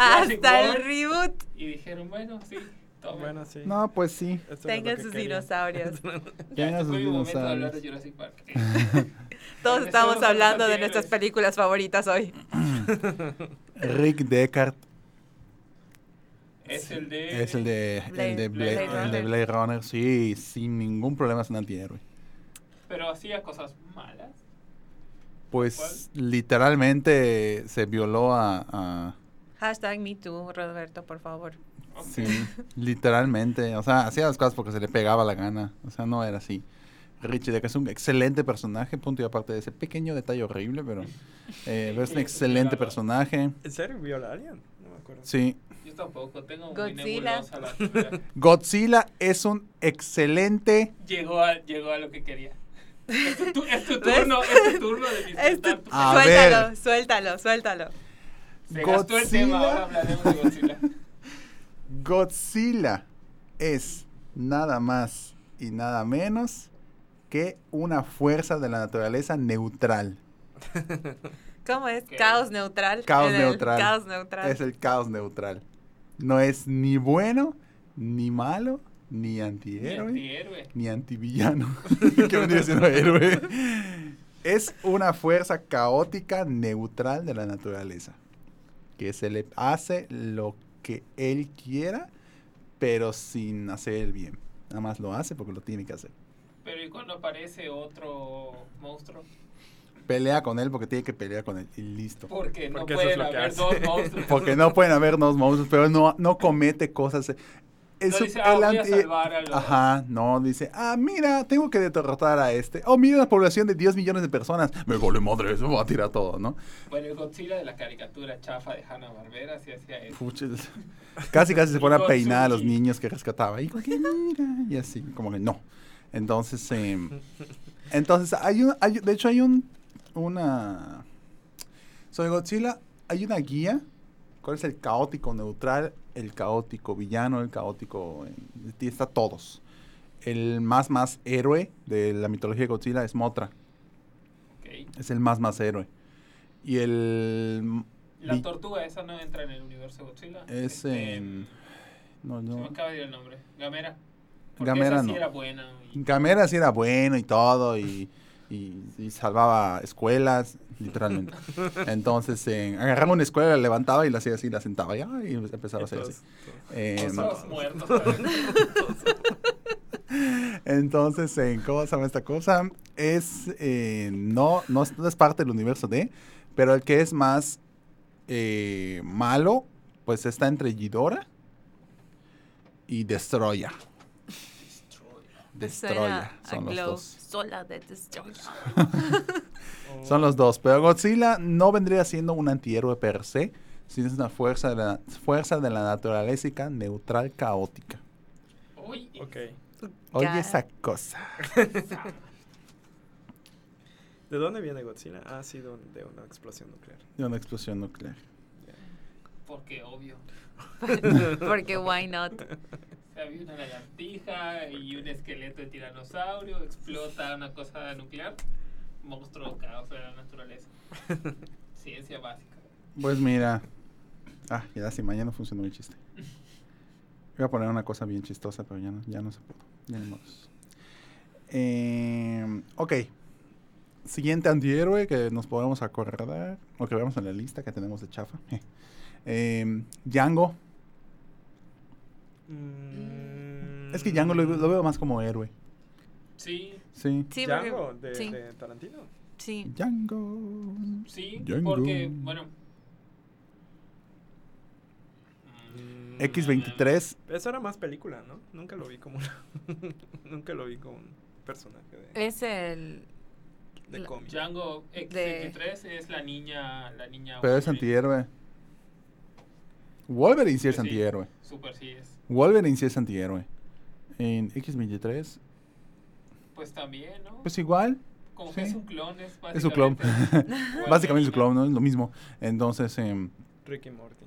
[SPEAKER 3] hasta el
[SPEAKER 4] World
[SPEAKER 3] reboot.
[SPEAKER 4] Y dijeron, bueno, sí, toma.
[SPEAKER 5] Bueno, sí.
[SPEAKER 2] No, pues sí.
[SPEAKER 5] Esto era lo
[SPEAKER 3] Tengan
[SPEAKER 5] que
[SPEAKER 3] sus
[SPEAKER 5] quería.
[SPEAKER 3] dinosaurios.
[SPEAKER 4] ya
[SPEAKER 2] Tengan
[SPEAKER 4] este
[SPEAKER 2] sus
[SPEAKER 4] fue mi momento de hablar de
[SPEAKER 2] dinosaurios.
[SPEAKER 4] Jurassic Park.
[SPEAKER 3] Todos
[SPEAKER 4] Empecemos
[SPEAKER 3] estamos
[SPEAKER 4] con los
[SPEAKER 3] hablando de
[SPEAKER 4] antihéroes.
[SPEAKER 3] nuestras películas favoritas hoy.
[SPEAKER 2] Rick Deckard
[SPEAKER 4] Es el de...
[SPEAKER 2] es el de, el de,
[SPEAKER 4] Blade-
[SPEAKER 2] Blade,
[SPEAKER 4] Blade
[SPEAKER 2] el de Blade Runner. Sí, sin ningún problema es un antihéroe.
[SPEAKER 4] Pero hacía cosas malas.
[SPEAKER 2] Pues literalmente se violó a- a
[SPEAKER 3] Hashtag me too, Roberto, por favor.
[SPEAKER 4] Ok.
[SPEAKER 2] Sí, literalmente. O sea, hacía las cosas porque se le pegaba la gana. O sea, no era así. Richie Decker es un excelente personaje, punto y aparte de ese pequeño detalle horrible, pero, eh, pero es un excelente personaje.
[SPEAKER 5] ¿En serio viola a alguien? No me acuerdo.
[SPEAKER 2] Sí.
[SPEAKER 4] Yo tampoco, tengo muy
[SPEAKER 3] Godzilla.
[SPEAKER 4] nebulosa la figura.
[SPEAKER 2] Godzilla es un excelente.
[SPEAKER 4] llegó, a, llegó a lo que quería. Es tu, tu- es tu turno, es tu turno de
[SPEAKER 3] Es tu-
[SPEAKER 4] disfrutar. tu-
[SPEAKER 2] Ah. A
[SPEAKER 3] suéltalo,
[SPEAKER 2] ver.
[SPEAKER 3] suéltalo, suéltalo.
[SPEAKER 4] Se gastó el
[SPEAKER 2] Godzilla.
[SPEAKER 4] tema, ahora hablaremos de Godzilla.
[SPEAKER 2] Godzilla es nada más y nada menos que una fuerza de la naturaleza neutral.
[SPEAKER 3] ¿Cómo es?
[SPEAKER 4] Ok.
[SPEAKER 3] Caos neutral.
[SPEAKER 2] Caos
[SPEAKER 3] En el
[SPEAKER 2] neutral.
[SPEAKER 3] Caos neutral.
[SPEAKER 2] Es el caos neutral. No es ni bueno, ni malo, ni antihéroe.
[SPEAKER 4] Antihéroe.
[SPEAKER 2] ni antivillano. que vendría siendo héroe. Es una fuerza caótica neutral de la naturaleza. Que se le hace lo que él quiera, pero sin hacer el bien. Nada más lo hace porque lo tiene que hacer.
[SPEAKER 4] Pero ¿y cuando aparece otro monstruo?
[SPEAKER 2] Pelea con él porque tiene que pelear con él. Y listo.
[SPEAKER 4] Porque no
[SPEAKER 5] Porque eso es
[SPEAKER 4] pueden
[SPEAKER 5] lo que
[SPEAKER 4] haber
[SPEAKER 5] hace.
[SPEAKER 4] dos monstruos.
[SPEAKER 2] Porque no pueden haber dos monstruos, pero no, no comete cosas.
[SPEAKER 4] No
[SPEAKER 2] Es un-
[SPEAKER 4] dice, ah,
[SPEAKER 2] el
[SPEAKER 4] voy a
[SPEAKER 2] anti-
[SPEAKER 4] salvar a los...
[SPEAKER 2] Ajá, no, dice, ah, mira, tengo que derrotar a este. Oh, mira una población de 10 millones de personas. Me vale madre, eso va a tirar todo, ¿no?
[SPEAKER 4] Bueno, el Godzilla de la caricatura chafa de Hanna-Barbera sí hacía eso.
[SPEAKER 2] Puches. Casi, casi se pone a
[SPEAKER 4] Igual
[SPEAKER 2] peinar a los
[SPEAKER 4] sushi.
[SPEAKER 2] niños que rescataba. Y, como que, mira, y así, como que no. Entonces, em, entonces hay un, hay- de hecho hay un, una, sobre Godzilla, hay una guía. ¿Cuál es el caótico neutral, el caótico villano, el caótico, em, y está todos. El más más héroe de la mitología de Godzilla es Motra.
[SPEAKER 4] Ok.
[SPEAKER 2] Es el más más héroe. Y el...
[SPEAKER 4] La
[SPEAKER 2] vi-
[SPEAKER 4] tortuga esa no entra en el universo Godzilla.
[SPEAKER 2] es...
[SPEAKER 4] Este,
[SPEAKER 2] em, no,
[SPEAKER 4] Se
[SPEAKER 2] no.
[SPEAKER 4] me acaba de ir el nombre. Gamera. Porque
[SPEAKER 2] Gamera
[SPEAKER 4] esa sí
[SPEAKER 2] no.
[SPEAKER 4] era buena. y-
[SPEAKER 2] Gamera sí era bueno y todo y, y- y salvaba escuelas, literalmente. Entonces eh, agarraba una escuela, la levantaba y la hacía así, la sentaba ya y empezaba a hacer así.
[SPEAKER 5] Entonces,
[SPEAKER 2] Eh,
[SPEAKER 4] Todos muertos. ¿sabes?
[SPEAKER 2] entonces, eh, ¿cómo se llama esta cosa? Es, eh, no, no, es- no es parte del universo de, pero el que es más eh, malo, pues está entre Gidora y Destroya. Destroya,
[SPEAKER 3] Suena a
[SPEAKER 2] son los
[SPEAKER 3] Glow.
[SPEAKER 2] dos.
[SPEAKER 3] Sola de Destroyer.
[SPEAKER 5] o-
[SPEAKER 2] Son los dos. Pero Godzilla no vendría siendo un antihéroe per se, sino es una fuerza de la, fuerza de la naturaleza neutral caótica.
[SPEAKER 4] Uy,
[SPEAKER 5] Ok.
[SPEAKER 2] Oye
[SPEAKER 3] Ya.
[SPEAKER 2] esa cosa.
[SPEAKER 5] ¿De dónde viene Godzilla? Ah, sí, de, un- de una explosión nuclear.
[SPEAKER 2] De una explosión nuclear.
[SPEAKER 4] Porque obvio.
[SPEAKER 3] Porque why not?
[SPEAKER 4] Había una lagartija y un esqueleto de tiranosaurio, explota una cosa nuclear, monstruo, caos de la naturaleza. Ciencia básica.
[SPEAKER 2] Pues mira. Ah, ya si mañana funcionó mi chiste. Iba a poner una cosa bien chistosa, pero ya no, ya no se pudo. Ya ni modos. Em, ok. Siguiente antihéroe que nos podemos acordar, o que veamos en la lista que tenemos de chafa. Em, Django.
[SPEAKER 5] Mm.
[SPEAKER 2] Es que Django lo, lo veo más como héroe.
[SPEAKER 4] Sí,
[SPEAKER 2] Sí.
[SPEAKER 3] Sí, porque-
[SPEAKER 5] Django, de,
[SPEAKER 3] sí,
[SPEAKER 5] de Tarantino.
[SPEAKER 3] sí.
[SPEAKER 2] Django.
[SPEAKER 4] sí,
[SPEAKER 2] Django.
[SPEAKER 4] porque, bueno. mm,
[SPEAKER 2] X23.
[SPEAKER 5] Mm, Eso era más película, ¿no? Nunca lo vi como una- Nunca lo vi como un personaje de,
[SPEAKER 3] Es el...
[SPEAKER 5] de
[SPEAKER 3] Eh, la-
[SPEAKER 5] cómic.
[SPEAKER 4] Django X23 es la niña. La niña
[SPEAKER 2] Pero es
[SPEAKER 4] Wolverine.
[SPEAKER 2] antihéroe. Wolverine sí es
[SPEAKER 4] Sí.
[SPEAKER 2] antihéroe.
[SPEAKER 4] Super sí es.
[SPEAKER 2] Wolverine sí es antihéroe. En X23,
[SPEAKER 4] Pues también, ¿no?
[SPEAKER 2] pues igual,
[SPEAKER 4] Como
[SPEAKER 2] sí.
[SPEAKER 4] que es un clon, es básicamente.
[SPEAKER 2] es su clon.
[SPEAKER 4] Wolverine.
[SPEAKER 2] Básicamente es su clon, ¿no? Es lo mismo. Entonces, em,
[SPEAKER 5] Rick y Morty.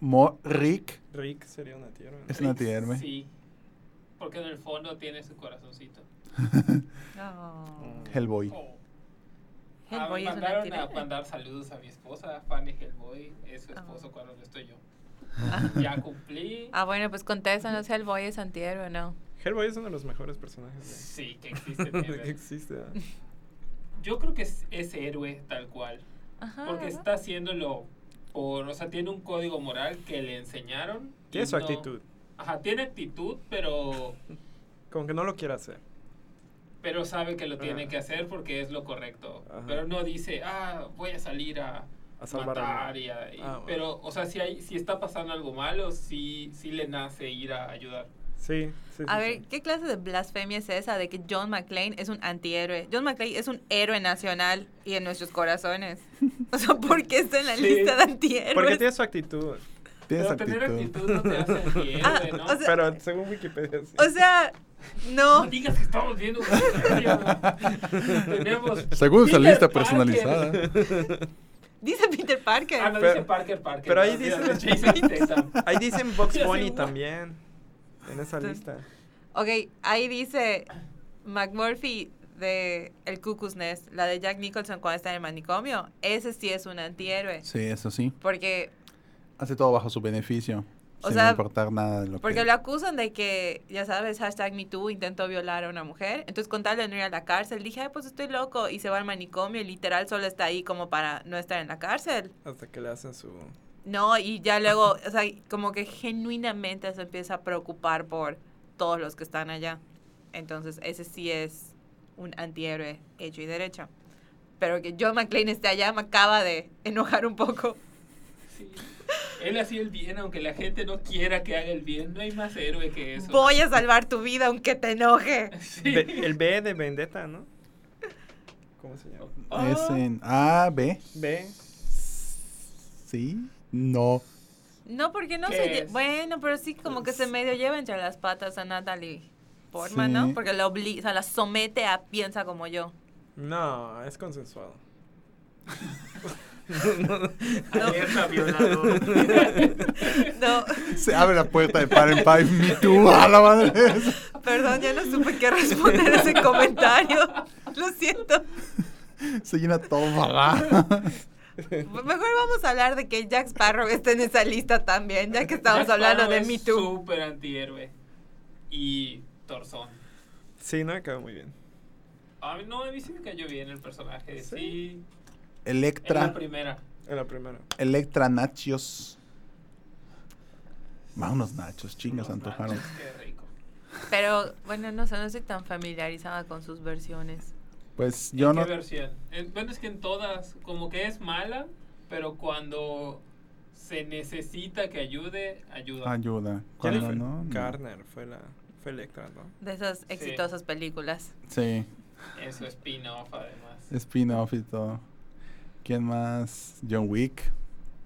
[SPEAKER 2] Mo- Rick
[SPEAKER 5] Rick sería una tierra. ¿no?
[SPEAKER 2] es un antihéroe.
[SPEAKER 4] eh, Sí. Porque en el fondo tiene su corazoncito.
[SPEAKER 3] Oh.
[SPEAKER 2] Hellboy.
[SPEAKER 4] Oh. Ah, me
[SPEAKER 3] Hellboy es un
[SPEAKER 4] mandaron a
[SPEAKER 3] antihéroe.
[SPEAKER 4] mandar saludos a mi esposa, Fanny Hellboy, es su
[SPEAKER 3] Ah.
[SPEAKER 4] esposo cuando no estoy yo.
[SPEAKER 3] Ah.
[SPEAKER 4] Ya cumplí.
[SPEAKER 3] Ah, bueno, pues contéstanos, Hellboy es antihéroe, ¿no?
[SPEAKER 5] Hellboy es uno de los mejores personajes
[SPEAKER 4] Sí, que
[SPEAKER 5] de,
[SPEAKER 4] existe.
[SPEAKER 5] que
[SPEAKER 4] Ever.
[SPEAKER 5] existe. ¿no?
[SPEAKER 4] Yo creo que es, es héroe tal cual,
[SPEAKER 3] Ajá.
[SPEAKER 4] porque
[SPEAKER 3] ¿verdad?
[SPEAKER 4] está haciéndolo por, o sea, tiene un código moral que le enseñaron. y
[SPEAKER 5] Tiene su
[SPEAKER 4] no-
[SPEAKER 5] actitud.
[SPEAKER 4] Ajá, tiene actitud, pero
[SPEAKER 5] Como que no lo quiere hacer.
[SPEAKER 4] pero sabe que lo tiene
[SPEAKER 5] Ah.
[SPEAKER 4] que hacer porque es lo correcto.
[SPEAKER 5] Ajá.
[SPEAKER 4] Pero no dice, ah, voy a salir a,
[SPEAKER 5] A salvar al-
[SPEAKER 4] matar. y a- y-
[SPEAKER 5] Ah, bueno.
[SPEAKER 4] Pero, o sea, si, hay, si está pasando algo malo, sí, sí le nace ir a ayudar.
[SPEAKER 5] Sí, sí, sí,
[SPEAKER 3] A
[SPEAKER 5] sí.
[SPEAKER 3] ver, ¿qué clase de blasfemia es esa de que John McClane es un antihéroe? John McClane es un héroe nacional y en nuestros corazones. O sea, ¿por qué está en la
[SPEAKER 4] Sí.
[SPEAKER 3] lista de
[SPEAKER 5] Porque
[SPEAKER 3] antihéroes?
[SPEAKER 5] tiene su actitud.
[SPEAKER 2] Tienes
[SPEAKER 4] pero tener
[SPEAKER 2] actitud.
[SPEAKER 4] actitud no te hace antihéroe,
[SPEAKER 3] Ah,
[SPEAKER 4] ¿no?
[SPEAKER 3] o sea-
[SPEAKER 5] Pero según Wikipedia, sí.
[SPEAKER 3] O sea, no.
[SPEAKER 4] no digas que estamos viendo un comentario. Tenemos
[SPEAKER 2] Según esa
[SPEAKER 4] Peter
[SPEAKER 2] lista
[SPEAKER 4] Parker.
[SPEAKER 2] personalizada.
[SPEAKER 3] Dice Peter
[SPEAKER 4] Ah, no
[SPEAKER 3] Parker.
[SPEAKER 4] dice
[SPEAKER 5] Pero-
[SPEAKER 4] Parker Parker.
[SPEAKER 5] pero ahí
[SPEAKER 4] no, mira,
[SPEAKER 5] dice-
[SPEAKER 4] Jason Statham.
[SPEAKER 5] Ahí dicen Box
[SPEAKER 4] Ya sé,
[SPEAKER 5] Bunny
[SPEAKER 4] ¿no?
[SPEAKER 5] también. En esa lista.
[SPEAKER 3] Ok, ahí dice McMurphy de El Cuckoo's Nest, la de Jack Nicholson cuando está en el manicomio. Ese sí es un antihéroe.
[SPEAKER 2] Sí, eso sí.
[SPEAKER 3] Porque
[SPEAKER 2] Hace todo bajo su beneficio.
[SPEAKER 3] O
[SPEAKER 2] sin
[SPEAKER 3] sea,
[SPEAKER 2] importar nada de lo
[SPEAKER 3] Porque
[SPEAKER 2] que...
[SPEAKER 3] lo acusan de que, ya sabes, hashtag MeToo intentó violar a una mujer. Entonces, con tal de no ir a la cárcel, dije, ay, pues estoy loco. Y se va al manicomio y literal solo está ahí como para no estar en la cárcel.
[SPEAKER 5] Hasta que le hacen su.
[SPEAKER 3] No, y ya luego, o sea, como que genuinamente se empieza a preocupar por todos los que están allá. Entonces, ese sí es un antihéroe hecho y derecho. Pero que John McClane esté allá me acaba de enojar un poco.
[SPEAKER 4] Sí. Él hacía el bien, aunque la gente no quiera que haga el bien. No hay más héroe que eso.
[SPEAKER 3] Voy a salvar tu vida aunque te enoje.
[SPEAKER 4] Sí.
[SPEAKER 5] Ve- el B de Vendetta, ¿no? ¿Cómo se llama?
[SPEAKER 4] Ah,
[SPEAKER 2] Es en A, B,
[SPEAKER 5] B.
[SPEAKER 2] sí, no.
[SPEAKER 3] No, porque no
[SPEAKER 4] ¿Qué
[SPEAKER 3] se... lle-
[SPEAKER 4] es? Pues
[SPEAKER 3] Bueno, pero sí como que se medio lleva entre las patas a Natalie Portman,
[SPEAKER 2] Sí.
[SPEAKER 3] ¿no? Porque la obliga, o sea, la somete a piensa como yo.
[SPEAKER 5] No, es consensuado.
[SPEAKER 4] Alerta, violador.
[SPEAKER 3] No,
[SPEAKER 2] Se abre la puerta de Par en Five, Me Too, a la madre.
[SPEAKER 3] perdón, ya no supe qué responder a ese comentario. Lo siento.
[SPEAKER 2] Se llena todo balá.
[SPEAKER 3] Mejor vamos a hablar de que Jack Sparrow está en esa lista también, ya que estamos hablando de Me
[SPEAKER 4] Es
[SPEAKER 3] Too.
[SPEAKER 4] súper antihéroe. Y torzón.
[SPEAKER 5] Sí, no me quedó muy bien.
[SPEAKER 4] A mí no, a mí sí me cayó bien el personaje.
[SPEAKER 5] Sí.
[SPEAKER 4] Sí. En
[SPEAKER 2] Electra.
[SPEAKER 4] la primera.
[SPEAKER 5] En la primera.
[SPEAKER 2] Electra Nachos. Va unos nachos, chingas,
[SPEAKER 4] Los
[SPEAKER 2] antojaron.
[SPEAKER 4] nachos, Qué rico.
[SPEAKER 3] Pero bueno, no sé, no estoy tan familiarizada con sus versiones.
[SPEAKER 2] Pues yo
[SPEAKER 4] ¿Qué
[SPEAKER 2] no.
[SPEAKER 4] versión? Eh, Bueno, es que en todas, como que es mala, pero cuando se necesita que ayude, ayuda.
[SPEAKER 2] Ayuda. Cuando
[SPEAKER 5] Jennifer
[SPEAKER 2] no. no.
[SPEAKER 5] Garner fue la. Fue Electra, ¿no?
[SPEAKER 3] De esas exitosas películas.
[SPEAKER 2] Sí,
[SPEAKER 4] En su spin-off, además.
[SPEAKER 2] spin-off y todo. ¿Quién más? John Wick.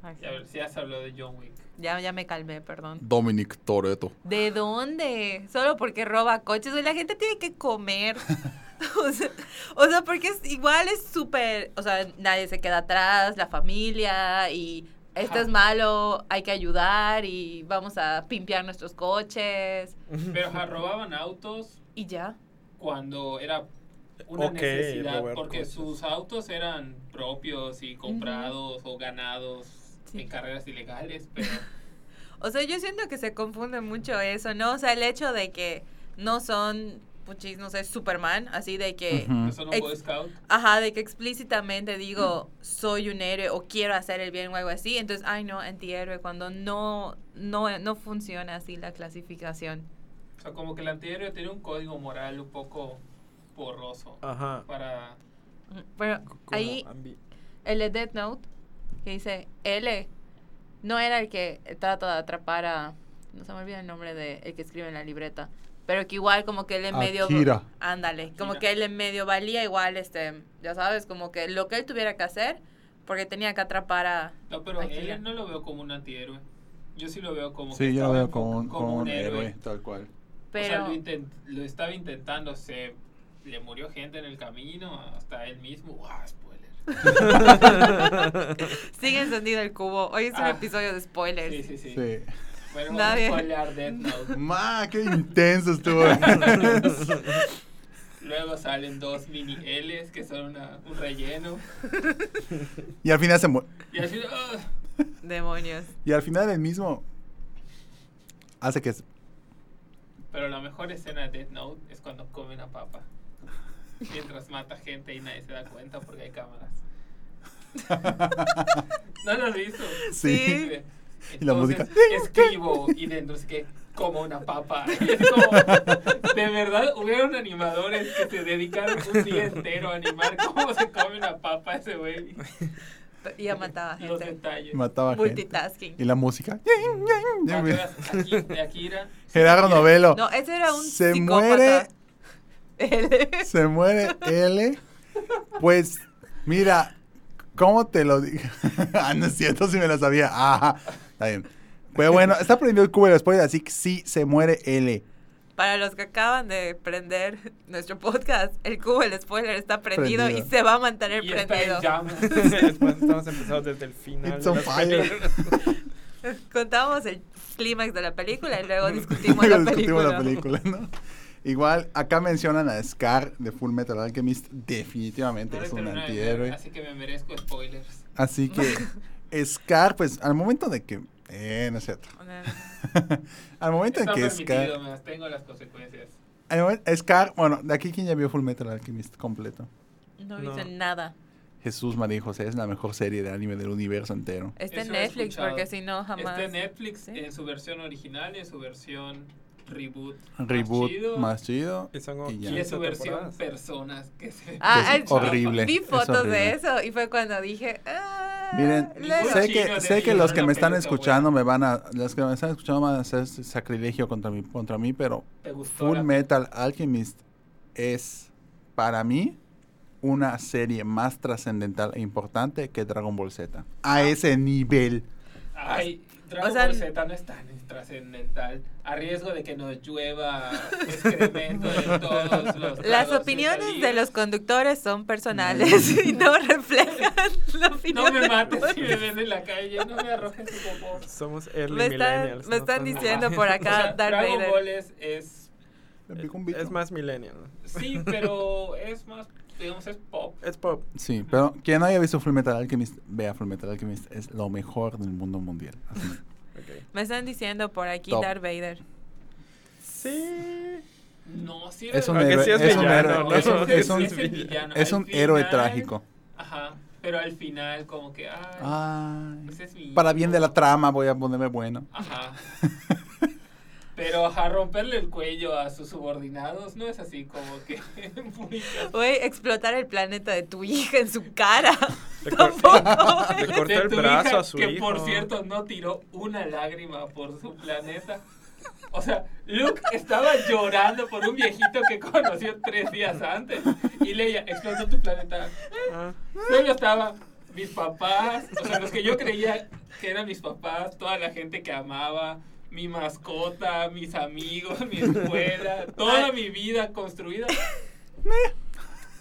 [SPEAKER 3] Ay,
[SPEAKER 4] Ya, ver, ya se habló de John Wick.
[SPEAKER 3] Ya, ya me calmé, perdón.
[SPEAKER 2] Dominic Toreto.
[SPEAKER 3] ¿De dónde? Solo porque roba coches. O la gente tiene que comer. o, sea, o sea, porque es, igual es súper... O sea, nadie se queda atrás, la familia y... Esto
[SPEAKER 4] Ajá.
[SPEAKER 3] es malo, hay que ayudar y vamos a pimpear nuestros coches
[SPEAKER 4] Pero ajá, robaban autos
[SPEAKER 3] y ya.
[SPEAKER 4] cuando era una
[SPEAKER 5] Ok,
[SPEAKER 4] necesidad,
[SPEAKER 5] robar
[SPEAKER 4] porque
[SPEAKER 5] cosas.
[SPEAKER 4] sus autos eran propios y comprados o ganados
[SPEAKER 3] Sí.
[SPEAKER 4] en carreras ilegales, pero
[SPEAKER 3] O sea, yo siento que se confunde mucho eso, ¿no? O sea, el hecho de que no son, puchis, no sé, Superman, así de que...
[SPEAKER 4] no son un
[SPEAKER 3] Ex-
[SPEAKER 4] Boy Scout.
[SPEAKER 3] Ajá, de que explícitamente digo, soy un héroe o quiero hacer el bien o algo así. Entonces, ay, no, antihéroe, cuando no, no, no funciona así la clasificación.
[SPEAKER 4] O sea, como que el anterior tiene un código moral un poco borroso
[SPEAKER 5] Ajá.
[SPEAKER 4] para...
[SPEAKER 3] Bueno,
[SPEAKER 5] Como
[SPEAKER 3] ahí
[SPEAKER 4] Ah.
[SPEAKER 5] ambi-
[SPEAKER 3] el de Death Note, que dice L, no era el que trata de atrapar a... No se me olvida el nombre de el que escribe en la libreta. Pero que igual como que él en medio...
[SPEAKER 2] Akira.
[SPEAKER 3] Ándale, como
[SPEAKER 4] Akira.
[SPEAKER 3] que él en medio valía igual, este, ya sabes, como que lo que él tuviera que hacer, porque tenía que atrapar a...
[SPEAKER 4] No, pero
[SPEAKER 3] Ay,
[SPEAKER 4] él
[SPEAKER 3] ya.
[SPEAKER 4] no lo veo como un antihéroe. Yo sí lo veo como... que
[SPEAKER 2] Sí, yo lo
[SPEAKER 4] estaba
[SPEAKER 2] veo
[SPEAKER 4] enfo-
[SPEAKER 2] como un, como un héroe, tal cual.
[SPEAKER 3] Pero...
[SPEAKER 4] O sea, lo, intent- lo estaba intentando, se le murió gente en el camino, hasta él mismo. ¡Wow! Spoiler.
[SPEAKER 3] Sigue encendido el cubo. Hoy es un
[SPEAKER 4] Ah.
[SPEAKER 3] episodio de spoilers.
[SPEAKER 4] Sí, sí, sí.
[SPEAKER 2] Sí.
[SPEAKER 4] Bueno,
[SPEAKER 3] Nadie-
[SPEAKER 4] vamos a spoilear Death Note.
[SPEAKER 2] Ma, qué intenso estuvo.
[SPEAKER 4] Luego salen dos mini Ls que son una- un relleno.
[SPEAKER 2] y al final se mu-
[SPEAKER 4] Y así, ¡ah!
[SPEAKER 3] Demonios.
[SPEAKER 2] y al final el mismo hace que s-
[SPEAKER 4] Pero la mejor escena de Death Note es cuando come una papa. Mientras mata gente y nadie se da cuenta porque hay cámaras. ¿No lo has visto?
[SPEAKER 2] sí.
[SPEAKER 4] Entonces,
[SPEAKER 2] Y la música.
[SPEAKER 4] Escribo y dentro es que como una papa. Y es como, de verdad, hubieron animadores que se dedicaron un día entero a animar cómo se come una papa ese güey.
[SPEAKER 3] Y Ya mataba
[SPEAKER 4] Los
[SPEAKER 3] gente.
[SPEAKER 4] detalles.
[SPEAKER 2] mataba gente.
[SPEAKER 3] Multitasking.
[SPEAKER 2] Y la música.
[SPEAKER 4] Para que veas, Aki- de Akira.
[SPEAKER 2] Gerardo Novelo.
[SPEAKER 3] No, ese era un
[SPEAKER 2] Se
[SPEAKER 3] psicópata. Él-
[SPEAKER 2] Se muere L. Pues, mira, ¿cómo te lo digo? ah, no es cierto, si me lo sabía. Ah, está bien. Pero bueno, está prendido el cubo de spoiler, así que sí se muere L.
[SPEAKER 3] Para los que acaban de prender nuestro podcast, el cubo del spoiler está prendido,
[SPEAKER 2] Prendido.
[SPEAKER 3] y se va a mantener
[SPEAKER 4] Y está en
[SPEAKER 3] prendido.
[SPEAKER 4] llamas.
[SPEAKER 5] Después estamos empezando desde el final.
[SPEAKER 2] It's on
[SPEAKER 5] las
[SPEAKER 2] fire.
[SPEAKER 5] películas.
[SPEAKER 3] Contamos el clímax de la película y luego discutimos,
[SPEAKER 2] Luego
[SPEAKER 3] la,
[SPEAKER 2] discutimos
[SPEAKER 3] película.
[SPEAKER 2] la película, ¿no? Igual, acá mencionan a Scar de Full Metal Alchemist. Definitivamente
[SPEAKER 4] No lo
[SPEAKER 2] es un
[SPEAKER 4] terminé de ver,
[SPEAKER 2] antihéroe.
[SPEAKER 4] Así que me merezco spoilers.
[SPEAKER 2] Así que, Scar, pues, al momento de que. Eh, no es cierto. al momento en
[SPEAKER 4] Está
[SPEAKER 2] que Scar.
[SPEAKER 4] permitido, me abstengo las consecuencias.
[SPEAKER 2] al momento- Scar, bueno, de aquí quien ya vio Full Metal Alchemist completo.
[SPEAKER 3] No hizo
[SPEAKER 5] No.
[SPEAKER 3] nada.
[SPEAKER 2] Jesús María y José es la mejor serie de anime del universo entero.
[SPEAKER 3] Está en
[SPEAKER 4] Eso he
[SPEAKER 3] Netflix
[SPEAKER 4] escuchado.
[SPEAKER 3] porque si no jamás.
[SPEAKER 4] Está en Netflix
[SPEAKER 3] Sí.
[SPEAKER 4] en su versión original y en su versión reboot. más
[SPEAKER 2] Reboot
[SPEAKER 4] chido,
[SPEAKER 2] más chido.
[SPEAKER 5] Y son como
[SPEAKER 2] Y ya.
[SPEAKER 4] Y en
[SPEAKER 5] 15
[SPEAKER 4] su versión
[SPEAKER 5] temporadas.
[SPEAKER 4] personas que se
[SPEAKER 3] Ah,
[SPEAKER 2] Es
[SPEAKER 3] ah,
[SPEAKER 2] horrible.
[SPEAKER 3] Vi
[SPEAKER 2] es
[SPEAKER 3] fotos
[SPEAKER 2] horrible.
[SPEAKER 3] de eso y fue cuando dije. Ah,
[SPEAKER 2] Miren,
[SPEAKER 3] luego.
[SPEAKER 2] sé
[SPEAKER 4] Chino
[SPEAKER 2] que,
[SPEAKER 4] de
[SPEAKER 2] sé que
[SPEAKER 4] Dios,
[SPEAKER 2] los que
[SPEAKER 4] una
[SPEAKER 2] me están
[SPEAKER 4] peluca,
[SPEAKER 2] escuchando me van a. Los que me están escuchando van a hacer sacrilegio contra mí, contra mí pero
[SPEAKER 4] te gustó.
[SPEAKER 2] Full
[SPEAKER 4] la-
[SPEAKER 2] Metal Alchemist es para mí una serie más trascendental e importante que Dragon Ball Z. A ese nivel.
[SPEAKER 4] Ay, Dragon
[SPEAKER 3] O sea,
[SPEAKER 4] Ball Z no es tan trascendental. A riesgo de que nos llueva excremento de todos los.
[SPEAKER 3] Las
[SPEAKER 4] lados
[SPEAKER 3] opiniones de
[SPEAKER 4] salidos.
[SPEAKER 3] los conductores son personales y no reflejan la opinión.
[SPEAKER 4] No me
[SPEAKER 3] de-
[SPEAKER 4] mates si me ven en la calle, no me arrojes tu popó.
[SPEAKER 5] Somos early
[SPEAKER 3] Me están-
[SPEAKER 5] millennials.
[SPEAKER 3] me están
[SPEAKER 5] tan-
[SPEAKER 3] diciendo
[SPEAKER 5] Ajá.
[SPEAKER 3] por acá.
[SPEAKER 4] O sea,
[SPEAKER 3] Darth
[SPEAKER 4] Dragon
[SPEAKER 3] Vader.
[SPEAKER 4] Ball es, es-
[SPEAKER 2] Me picó un bicho.
[SPEAKER 5] Es más millennial.
[SPEAKER 4] Sí, pero es más. Digamos, es pop.
[SPEAKER 5] Es pop.
[SPEAKER 2] Sí, pero quien no haya visto Full Metal Alchemist, vea Full Metal Alchemist. Es lo mejor del mundo mundial. Así.
[SPEAKER 5] Ok.
[SPEAKER 3] Me están diciendo por aquí
[SPEAKER 2] Top.
[SPEAKER 3] Darth Vader.
[SPEAKER 5] Sí.
[SPEAKER 4] No, sí
[SPEAKER 2] Es
[SPEAKER 4] era-
[SPEAKER 2] un
[SPEAKER 5] Aunque
[SPEAKER 2] héroe.
[SPEAKER 5] sí es
[SPEAKER 2] es, un
[SPEAKER 5] villano,
[SPEAKER 2] héroe
[SPEAKER 5] ¿no?
[SPEAKER 2] es un-
[SPEAKER 5] Sí,
[SPEAKER 2] es
[SPEAKER 5] sí
[SPEAKER 2] un-
[SPEAKER 5] es el
[SPEAKER 4] villano.
[SPEAKER 2] es
[SPEAKER 4] Al
[SPEAKER 2] un héroe
[SPEAKER 4] final-
[SPEAKER 2] trágico.
[SPEAKER 4] Ajá, pero al final como que, ay,
[SPEAKER 2] Ay.
[SPEAKER 4] ese es mi
[SPEAKER 2] Ah, Para
[SPEAKER 4] hijo.
[SPEAKER 2] bien de la trama voy a ponerme bueno.
[SPEAKER 4] Ajá. Pero a romperle el cuello a sus subordinados no es así como que muy cas-
[SPEAKER 3] Güey, explotar el planeta de tu hija en su cara.
[SPEAKER 5] Le, cor-
[SPEAKER 3] Tampoco.
[SPEAKER 5] le
[SPEAKER 4] De
[SPEAKER 5] cortó el
[SPEAKER 4] tu
[SPEAKER 5] brazo
[SPEAKER 4] hija,
[SPEAKER 5] a su
[SPEAKER 4] que
[SPEAKER 5] hijo.
[SPEAKER 4] por cierto no tiró una lágrima por su planeta. O sea, Luke estaba llorando por un viejito que conoció tres días antes. Y Leia, explotó tu planeta.
[SPEAKER 5] Ah,
[SPEAKER 4] Solo estaba mis papás, o sea, los que yo creía que eran mis papás, toda la gente que amaba, mi mascota, mis amigos, mi escuela, toda mi vida construida.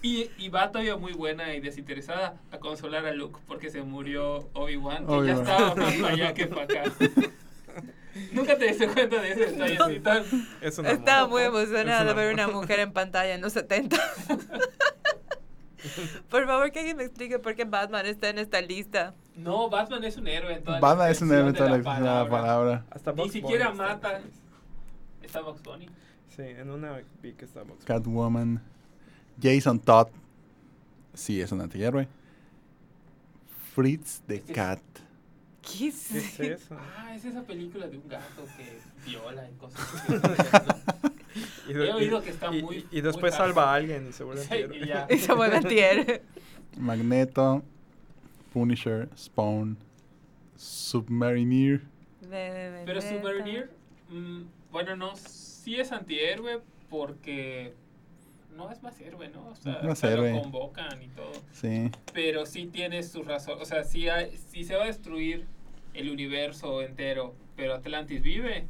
[SPEAKER 4] Y, y va todavía muy buena y desinteresada a consolar a Luke porque se murió Obi-Wan, que ya
[SPEAKER 2] Obi-Wan.
[SPEAKER 4] estaba más para allá que para acá. Nunca te diste cuenta de ese detalle.
[SPEAKER 3] No.
[SPEAKER 4] sí, tal.
[SPEAKER 5] Es un
[SPEAKER 3] Estaba
[SPEAKER 5] amor.
[SPEAKER 3] muy
[SPEAKER 5] Es
[SPEAKER 3] emocionada
[SPEAKER 5] un
[SPEAKER 3] de ver
[SPEAKER 5] amor.
[SPEAKER 3] una mujer en pantalla en los 70. Por favor, que alguien me explique por qué Batman está en esta lista.
[SPEAKER 4] No, Batman es un héroe en toda
[SPEAKER 2] Batman es un héroe en toda
[SPEAKER 4] extensión
[SPEAKER 2] la,
[SPEAKER 4] de
[SPEAKER 2] la palabra.
[SPEAKER 5] Hasta
[SPEAKER 4] Ni
[SPEAKER 5] Bugs Bunny
[SPEAKER 4] siquiera
[SPEAKER 5] está en
[SPEAKER 4] mata.
[SPEAKER 5] esta lista.
[SPEAKER 4] Está Bugs Bunny.
[SPEAKER 5] Sí, en una vi que está Bugs Bunny.
[SPEAKER 2] Catwoman. Jason Todd. Sí, es un antihéroe. Fritz the
[SPEAKER 4] Este es-
[SPEAKER 2] Cat.
[SPEAKER 3] ¿Qué es
[SPEAKER 5] ¿Qué es
[SPEAKER 3] eso?
[SPEAKER 5] eso?
[SPEAKER 4] Ah, es esa película de un gato que viola y cosas así. ¿no?
[SPEAKER 5] Y,
[SPEAKER 4] He
[SPEAKER 5] y-
[SPEAKER 4] oído que está
[SPEAKER 5] y-
[SPEAKER 4] muy-
[SPEAKER 5] y- y
[SPEAKER 4] muy
[SPEAKER 5] después
[SPEAKER 4] tarde.
[SPEAKER 5] salva a alguien y se vuelve
[SPEAKER 4] Sí,
[SPEAKER 5] antihéroe.
[SPEAKER 4] y ya.
[SPEAKER 3] Y se vuelve antihéroe.
[SPEAKER 2] Magneto. Punisher. Spawn. Submariner.
[SPEAKER 4] Pero Supergear, mm, bueno, no, sí es antihéroe porque no es más héroe, ¿no? O sea,
[SPEAKER 2] No es
[SPEAKER 4] hasta
[SPEAKER 2] héroe.
[SPEAKER 4] lo convocan y todo.
[SPEAKER 2] Sí.
[SPEAKER 4] Pero sí tiene su razón. O sea, si, hay- si se va a destruir el universo entero, pero Atlantis vive.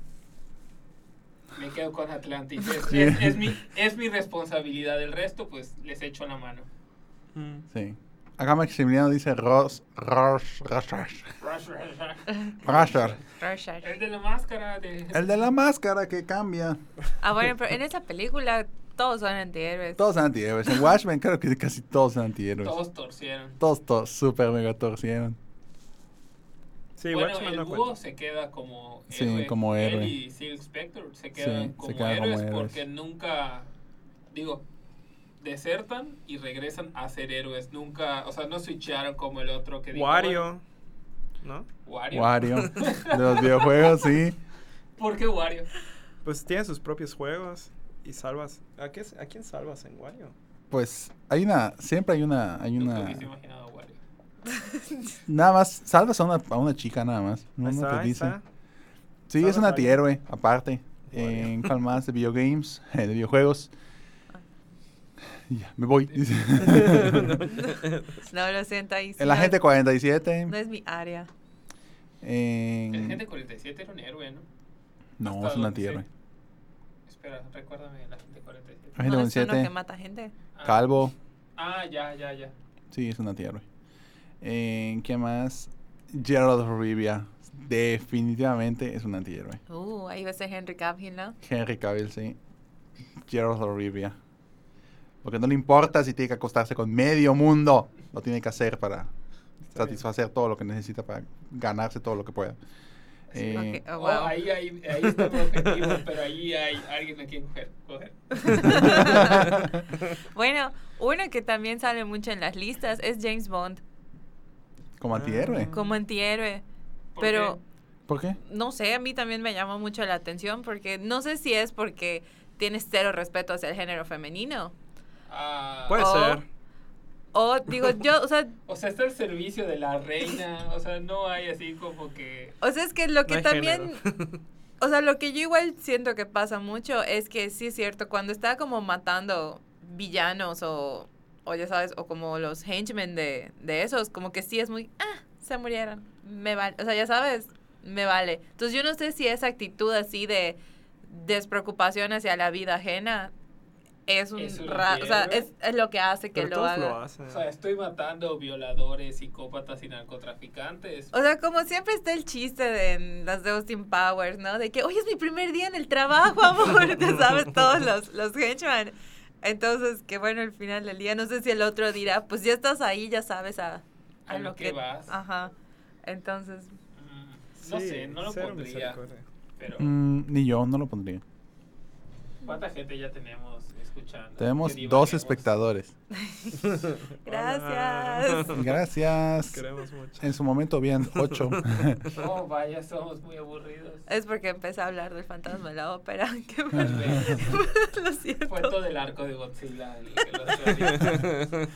[SPEAKER 4] Me quedo con Atlantis. Es,
[SPEAKER 2] Sí.
[SPEAKER 4] es- es mi, es mi responsabilidad. El resto, pues, les echo la mano.
[SPEAKER 5] Mm.
[SPEAKER 2] Sí. Acá Maximiliano dice Ross. Ross. Ross. Ross.
[SPEAKER 4] Rush, rush, rush.
[SPEAKER 2] Ross.
[SPEAKER 4] El de la máscara de...
[SPEAKER 2] El de la máscara que cambia.
[SPEAKER 3] Ah, bueno, pero en esa película todos son antihéroes.
[SPEAKER 2] Todos son antihéroes. En Watchmen creo que casi todos son antihéroes. Todos,
[SPEAKER 4] Todos torcieron.
[SPEAKER 2] todos, super mega torcieron.
[SPEAKER 5] Sí,
[SPEAKER 4] bueno,
[SPEAKER 5] Watchmen
[SPEAKER 4] el
[SPEAKER 5] no
[SPEAKER 4] búho
[SPEAKER 5] cuenta.
[SPEAKER 4] se queda como
[SPEAKER 2] Sí, como héroe.
[SPEAKER 4] Él y Silk Spectre se quedan
[SPEAKER 2] se
[SPEAKER 4] como,
[SPEAKER 2] quedan como
[SPEAKER 4] héroes
[SPEAKER 2] héroes.
[SPEAKER 4] porque nunca, digo, desertan y regresan a ser héroes. Nunca, o sea, no switcharon como el otro que dijo.
[SPEAKER 5] Wario, ¿no?
[SPEAKER 4] bueno, Wario.
[SPEAKER 2] Wario. De los videojuegos, sí.
[SPEAKER 4] ¿Por qué Wario?
[SPEAKER 5] Pues tiene sus propios juegos y salvas. ¿A, qué, a quién salvas en Wario?
[SPEAKER 2] Pues hay una, siempre hay una, hay
[SPEAKER 4] Nunca
[SPEAKER 2] una,
[SPEAKER 4] hubiese imaginado a Wario.
[SPEAKER 2] nada más, salvas a una, a una chica nada más, no,
[SPEAKER 5] Ahí
[SPEAKER 2] no
[SPEAKER 5] está,
[SPEAKER 2] te
[SPEAKER 5] ahí
[SPEAKER 2] dice.
[SPEAKER 5] está.
[SPEAKER 2] Sí, es
[SPEAKER 5] Salvas
[SPEAKER 2] un
[SPEAKER 5] a
[SPEAKER 2] antihéroe, aparte,
[SPEAKER 5] Wario.
[SPEAKER 2] en cual más de videogames, eh, de videojuegos.
[SPEAKER 5] Ah.
[SPEAKER 2] Ya, me voy, dice.
[SPEAKER 3] No, lo siento ahí. sí
[SPEAKER 2] En la
[SPEAKER 3] no-
[SPEAKER 2] gente 47,
[SPEAKER 3] No es mi área.
[SPEAKER 4] El gente
[SPEAKER 2] en...
[SPEAKER 4] 47 era un héroe, ¿no?
[SPEAKER 2] No,
[SPEAKER 4] Hasta
[SPEAKER 2] es un
[SPEAKER 4] donde sé.
[SPEAKER 2] antihéroe.
[SPEAKER 4] Espera, recuérdame la gente 47.
[SPEAKER 2] La gente
[SPEAKER 3] no, es uno
[SPEAKER 2] 47,
[SPEAKER 3] que mata gente.
[SPEAKER 4] Ah,
[SPEAKER 2] calvo,
[SPEAKER 4] Ah, ya, ya, ya.
[SPEAKER 2] sí, es un antihéroe. En ¿Qué más? Gerald Rivia, definitivamente es un antihéroe.
[SPEAKER 3] Uh, ahí va a ser Henry Cavill, ¿no?
[SPEAKER 2] Henry Cavill, sí. Gerald Rivia. Porque no le importa si tiene que acostarse con medio mundo. Lo tiene que hacer para
[SPEAKER 5] Está bien.
[SPEAKER 2] satisfacer todo lo que necesita para ganarse todo lo que pueda. Eh,
[SPEAKER 3] Ok, oh,
[SPEAKER 4] Oh,
[SPEAKER 3] wow.
[SPEAKER 4] ahí, ahí, ahí está mi objetivo, pero ahí hay alguien a quien coger. coger.
[SPEAKER 3] bueno, uno que también sale mucho en las listas es James Bond,
[SPEAKER 2] Como antihéroe.
[SPEAKER 3] como antihéroe.
[SPEAKER 4] Mm. ¿Por
[SPEAKER 3] Pero
[SPEAKER 4] qué?
[SPEAKER 2] ¿Por qué?
[SPEAKER 3] no sé, a mí también me llamó mucho la atención porque no sé si es porque tienes cero respeto hacia el género femenino.
[SPEAKER 4] Ah,
[SPEAKER 5] Puede
[SPEAKER 3] Oh.
[SPEAKER 5] ser.
[SPEAKER 3] O digo, yo, o sea,
[SPEAKER 4] O sea, está el servicio de la reina. O sea, no hay así como que.
[SPEAKER 3] o sea, es que lo que
[SPEAKER 5] no hay
[SPEAKER 3] también,
[SPEAKER 5] género.
[SPEAKER 3] o sea, lo que yo igual siento que pasa mucho es que sí es cierto, cuando está como matando villanos o, o ya sabes, o como los henchmen de, de esos, como que sí es muy, ah, se murieron, me vale, o sea, ya sabes, me vale. Entonces yo no sé si esa actitud así de despreocupación hacia la vida ajena es un,
[SPEAKER 4] Es un
[SPEAKER 3] ra- o sea,
[SPEAKER 4] antihéroe.
[SPEAKER 3] es, es lo que hace que
[SPEAKER 5] Pero
[SPEAKER 3] lo
[SPEAKER 5] todos
[SPEAKER 3] haga.
[SPEAKER 5] lo hacen.
[SPEAKER 4] O sea, estoy matando violadores, psicópatas y narcotraficantes.
[SPEAKER 3] O sea, como siempre está el chiste de en las de Austin Powers, ¿no? De que hoy es mi primer día en el trabajo, amor. Te sabes todos los, los henchmen. Entonces, que bueno, al final del día, no sé si el otro dirá, pues ya estás ahí, ya sabes a,
[SPEAKER 4] A lo que vas.
[SPEAKER 3] Ajá. Entonces,
[SPEAKER 4] Mm, No
[SPEAKER 5] Sí,
[SPEAKER 4] sé, no lo
[SPEAKER 5] cero
[SPEAKER 4] pondría.
[SPEAKER 5] misericordia.
[SPEAKER 4] Pero,
[SPEAKER 2] Mm, ni yo, no lo pondría.
[SPEAKER 4] ¿cuánta gente ya tenemos escuchando?
[SPEAKER 2] Tenemos
[SPEAKER 4] Que
[SPEAKER 2] dos
[SPEAKER 4] divaguemos.
[SPEAKER 2] espectadores.
[SPEAKER 3] Gracias.
[SPEAKER 5] Hola.
[SPEAKER 2] Gracias.
[SPEAKER 5] Queremos mucho.
[SPEAKER 2] En su momento habían ocho.
[SPEAKER 4] Oh, vaya, somos muy aburridos.
[SPEAKER 3] es porque empecé a hablar del fantasma de la ópera. Que me- lo siento.
[SPEAKER 4] Fue todo el arco de Godzilla. el que los-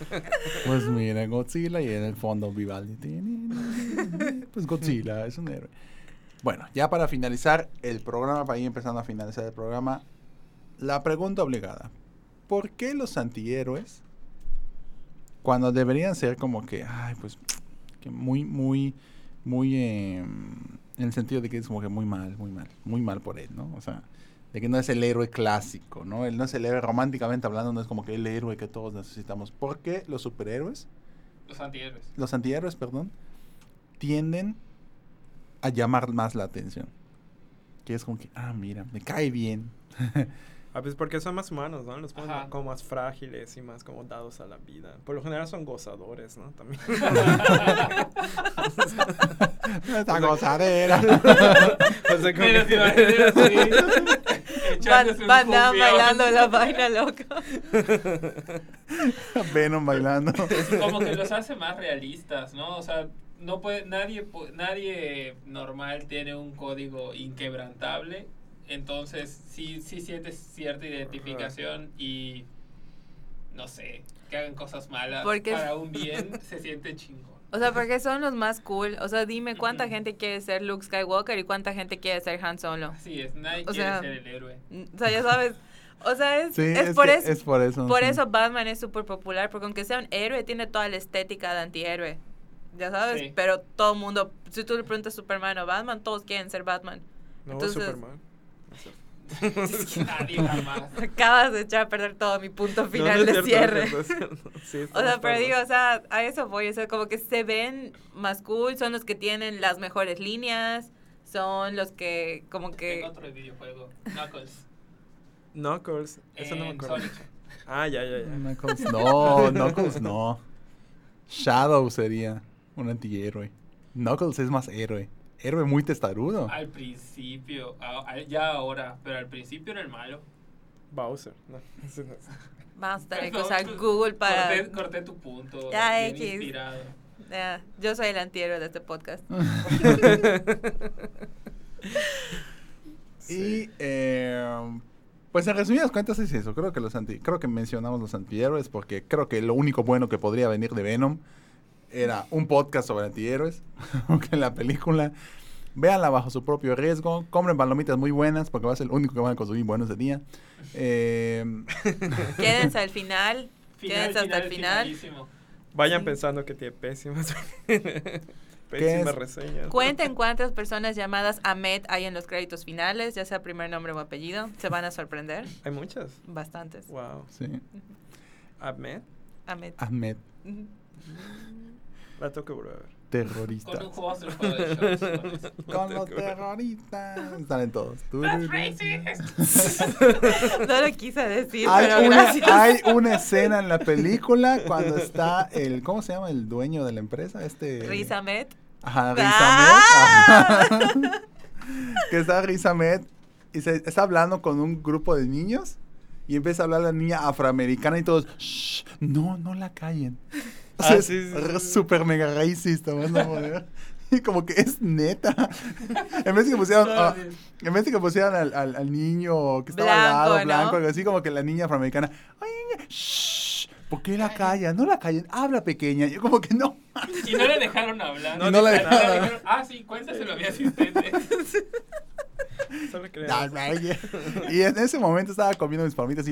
[SPEAKER 2] pues mira, Godzilla y en el fondo Vivaldi. Pues Godzilla es un héroe. Bueno, ya para finalizar el programa, para ir empezando a finalizar el programa, la pregunta obligada. ¿Por qué los antihéroes, cuando deberían ser como que, ay, pues que muy, muy, muy, eh, en el sentido de que es como que muy mal, muy mal, muy mal por él, ¿no? O sea, de que no es el héroe clásico, ¿no? Él no es el héroe románticamente hablando, no es como que el héroe que todos necesitamos, porque los superhéroes,
[SPEAKER 4] Los antihéroes.
[SPEAKER 2] los antihéroes, perdón, tienden a llamar más la atención. Que es como que, ah, mira, me cae bien.
[SPEAKER 5] Ah, pues porque son más humanos, ¿no? Los ponen
[SPEAKER 4] Ajá.
[SPEAKER 5] como más frágiles y más como dados a la vida. Por lo general son gozadores, ¿no? También.
[SPEAKER 2] Esta gozadera.
[SPEAKER 5] O sea, como
[SPEAKER 4] Mira,
[SPEAKER 5] que-
[SPEAKER 4] si va a ser así,
[SPEAKER 3] Van,
[SPEAKER 4] echándose un
[SPEAKER 3] van Damme
[SPEAKER 4] cumbión.
[SPEAKER 3] bailando la vaina, loco.
[SPEAKER 2] Venom bailando.
[SPEAKER 4] Como que los hace más realistas, ¿no? O sea, no puede, nadie, pu- nadie normal tiene un código inquebrantable. Entonces, sí, sí sientes cierta identificación y no sé, que hagan cosas malas
[SPEAKER 3] Porque-
[SPEAKER 4] para un bien se siente chingón.
[SPEAKER 3] O sea, porque son los más cool. O sea, dime cuánta
[SPEAKER 4] Ujú.
[SPEAKER 3] gente quiere ser Luke Skywalker y cuánta gente quiere ser Han Solo.
[SPEAKER 4] Así es, nadie
[SPEAKER 3] O
[SPEAKER 4] quiere
[SPEAKER 3] sea,
[SPEAKER 4] ser el héroe.
[SPEAKER 3] O sea, ya sabes. O sea, es,
[SPEAKER 2] Sí,
[SPEAKER 3] es, por
[SPEAKER 2] que-
[SPEAKER 3] eso.
[SPEAKER 2] es por eso.
[SPEAKER 3] Por
[SPEAKER 2] sí.
[SPEAKER 3] eso Batman es súper popular, porque aunque sea un héroe, tiene toda la estética de antihéroe. Ya sabes,
[SPEAKER 4] Sí.
[SPEAKER 3] pero todo el mundo, si tú le preguntas Superman o Batman, todos quieren ser Batman.
[SPEAKER 5] No,
[SPEAKER 3] Entonces-
[SPEAKER 5] Superman.
[SPEAKER 4] Nadie jamás.
[SPEAKER 3] Acabas de echar a perder todo mi punto
[SPEAKER 5] No,
[SPEAKER 3] final
[SPEAKER 5] no es
[SPEAKER 3] de
[SPEAKER 5] cierto,
[SPEAKER 3] cierre.
[SPEAKER 5] no es cierto. Sí,
[SPEAKER 3] O
[SPEAKER 5] estamos
[SPEAKER 3] sea, pero
[SPEAKER 5] perdidos.
[SPEAKER 3] digo, o sea, a eso voy, o sea, como que se ven más cool, son los que tienen las mejores líneas, son los que como que...
[SPEAKER 4] Tengo otro videojuego, Knuckles.
[SPEAKER 5] Knuckles, eso
[SPEAKER 3] eh,
[SPEAKER 5] no me
[SPEAKER 4] en
[SPEAKER 5] acuerdo.
[SPEAKER 4] Sonic.
[SPEAKER 5] Ah, ya, ya, ya.
[SPEAKER 2] Knuckles no, Knuckles no. Shadow sería un antihéroe. Knuckles es más héroe. Héroe muy testarudo.
[SPEAKER 4] Al principio, a- a- ya ahora, pero al principio era el malo.
[SPEAKER 5] Bowser. No, ese no es.
[SPEAKER 3] Vamos a tener que
[SPEAKER 4] Perdón,
[SPEAKER 3] usar
[SPEAKER 4] pues,
[SPEAKER 3] Google para...
[SPEAKER 4] Corté, corté tu punto.
[SPEAKER 3] Ya,
[SPEAKER 4] bien
[SPEAKER 3] X.
[SPEAKER 4] inspirado.
[SPEAKER 3] Ya, yo soy el antihéroe de este podcast.
[SPEAKER 2] Y eh, pues en resumidas cuentas es eso. Creo que los anti, creo que mencionamos los antihéroes porque creo que lo único bueno que podría venir de Venom era un podcast sobre antihéroes, aunque la película véanla bajo su propio riesgo, compren palomitas muy buenas porque va a ser el único que van a consumir bueno ese día. Eh,
[SPEAKER 3] Quédense al final, quédense hasta el final.
[SPEAKER 4] finalísimo.
[SPEAKER 5] Vayan
[SPEAKER 3] Sí.
[SPEAKER 5] pensando que tiene pésimas,
[SPEAKER 2] ¿Qué es?
[SPEAKER 5] pésimas reseñas.
[SPEAKER 3] Cuenten cuántas personas llamadas Ahmed hay en los créditos finales, ya sea primer nombre o apellido. Se van a sorprender.
[SPEAKER 5] Hay muchas.
[SPEAKER 3] Bastantes.
[SPEAKER 5] Wow.
[SPEAKER 2] sí,
[SPEAKER 5] Ahmed,
[SPEAKER 3] Ahmed.
[SPEAKER 2] Ahmed,
[SPEAKER 3] Ujú.
[SPEAKER 5] la tengo que volver a ver.
[SPEAKER 2] terrorista.
[SPEAKER 4] Con un juego de juego de shows, con eso.
[SPEAKER 5] La
[SPEAKER 2] Con
[SPEAKER 5] tengo
[SPEAKER 2] los
[SPEAKER 5] que ver.
[SPEAKER 2] terroristas. Salen todos.
[SPEAKER 4] That's racist.
[SPEAKER 3] No lo quise decir, pero
[SPEAKER 2] Hay una,
[SPEAKER 3] gracias.
[SPEAKER 2] hay una escena en la película cuando está el, ¿cómo se llama? El dueño de la empresa, este...
[SPEAKER 3] Riz Ahmed.
[SPEAKER 2] Ajá,
[SPEAKER 3] Ah.
[SPEAKER 2] Rizamet. Ajá. que está Rizamet y se está hablando con un grupo de niños y empieza a hablar la niña afroamericana y todos, "Shh, no, no la callen. O sea,
[SPEAKER 5] Ah,
[SPEAKER 2] es
[SPEAKER 5] sí, sí,
[SPEAKER 2] r-
[SPEAKER 5] sí.
[SPEAKER 2] súper mega racista, más no poder. Y como que es neta. en vez de que pusieran, ah, en vez de que pusieran al, al- al niño que estaba al lado,
[SPEAKER 3] Blanco, ¿no?
[SPEAKER 2] blanco, algo así como que la niña afroamericana, "Ay, shh, ¿por qué la callan? No la callen, habla pequeña. Yo como que no.
[SPEAKER 4] Y no le dejaron hablar.
[SPEAKER 2] No, no la
[SPEAKER 4] dijeron-
[SPEAKER 2] dejaron.
[SPEAKER 4] le dijeron, Ah, sí, cuéntaselo a mi asistente.
[SPEAKER 5] Solo quería-
[SPEAKER 2] Ya, ya, ya. Y en ese momento estaba comiendo mis palomitas y,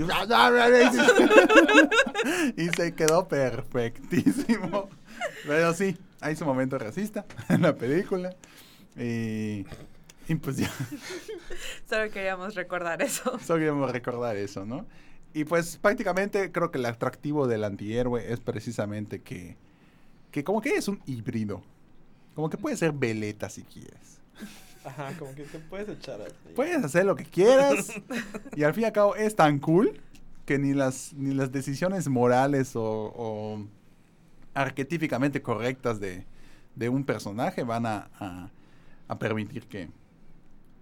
[SPEAKER 2] y se quedó perfectísimo. Pero sí, hay su momento racista en la película. Y, y pues ya,
[SPEAKER 3] Solo queríamos recordar eso.
[SPEAKER 2] solo queríamos recordar eso, ¿no? Y pues prácticamente creo que el atractivo del antihéroe es precisamente que, que como que es un híbrido. Como que puede ser veleta si quieres.
[SPEAKER 5] Ajá, como que te puedes echar así.
[SPEAKER 2] Puedes hacer lo que quieras. y al fin y al cabo es tan cool que ni las, ni las decisiones morales o, o arquetípicamente correctas de, de un personaje van a, a- a permitir que...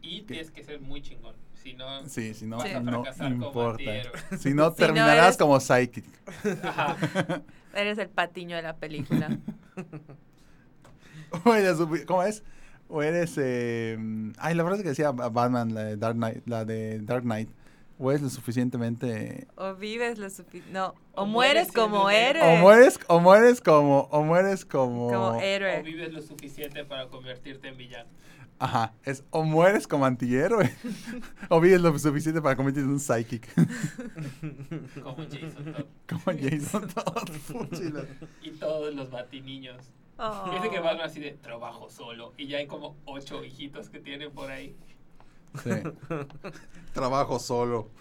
[SPEAKER 4] Y tienes que ser muy chingón. Si no,
[SPEAKER 2] Sí, si no,
[SPEAKER 4] vas a
[SPEAKER 2] no
[SPEAKER 4] fracasar como
[SPEAKER 2] importa.
[SPEAKER 4] antihéroe.
[SPEAKER 2] Si no,
[SPEAKER 3] Si no
[SPEAKER 2] terminarás
[SPEAKER 3] eres-
[SPEAKER 2] como psychic.
[SPEAKER 4] Ajá.
[SPEAKER 3] Eres el patiño de la película.
[SPEAKER 2] O eres un- ¿Cómo es? O eres... eh, ay, la frase que decía Batman, la de Dark Knight. La de Dark Knight. O eres lo suficientemente...
[SPEAKER 3] O vives lo suficiente. No. O,
[SPEAKER 4] O
[SPEAKER 3] mueres
[SPEAKER 4] mueres
[SPEAKER 3] como
[SPEAKER 4] siendo
[SPEAKER 3] héroe.
[SPEAKER 2] O mueres, o mueres como... O mueres
[SPEAKER 3] Eh. Como eh.
[SPEAKER 4] O
[SPEAKER 3] héroe.
[SPEAKER 4] vives lo suficiente para convertirte en villano.
[SPEAKER 2] Ajá, es o mueres como antihéroe o vives lo suficiente para convertirte en un psychic
[SPEAKER 4] Como Jason Todd.
[SPEAKER 2] como Jason Todd. Puchila.
[SPEAKER 4] Y todos los batiniños.
[SPEAKER 3] Oh.
[SPEAKER 4] Dice que Batman así de trabajo solo y ya hay como ocho hijitos que tiene por ahí.
[SPEAKER 2] Sí. Trabajo solo.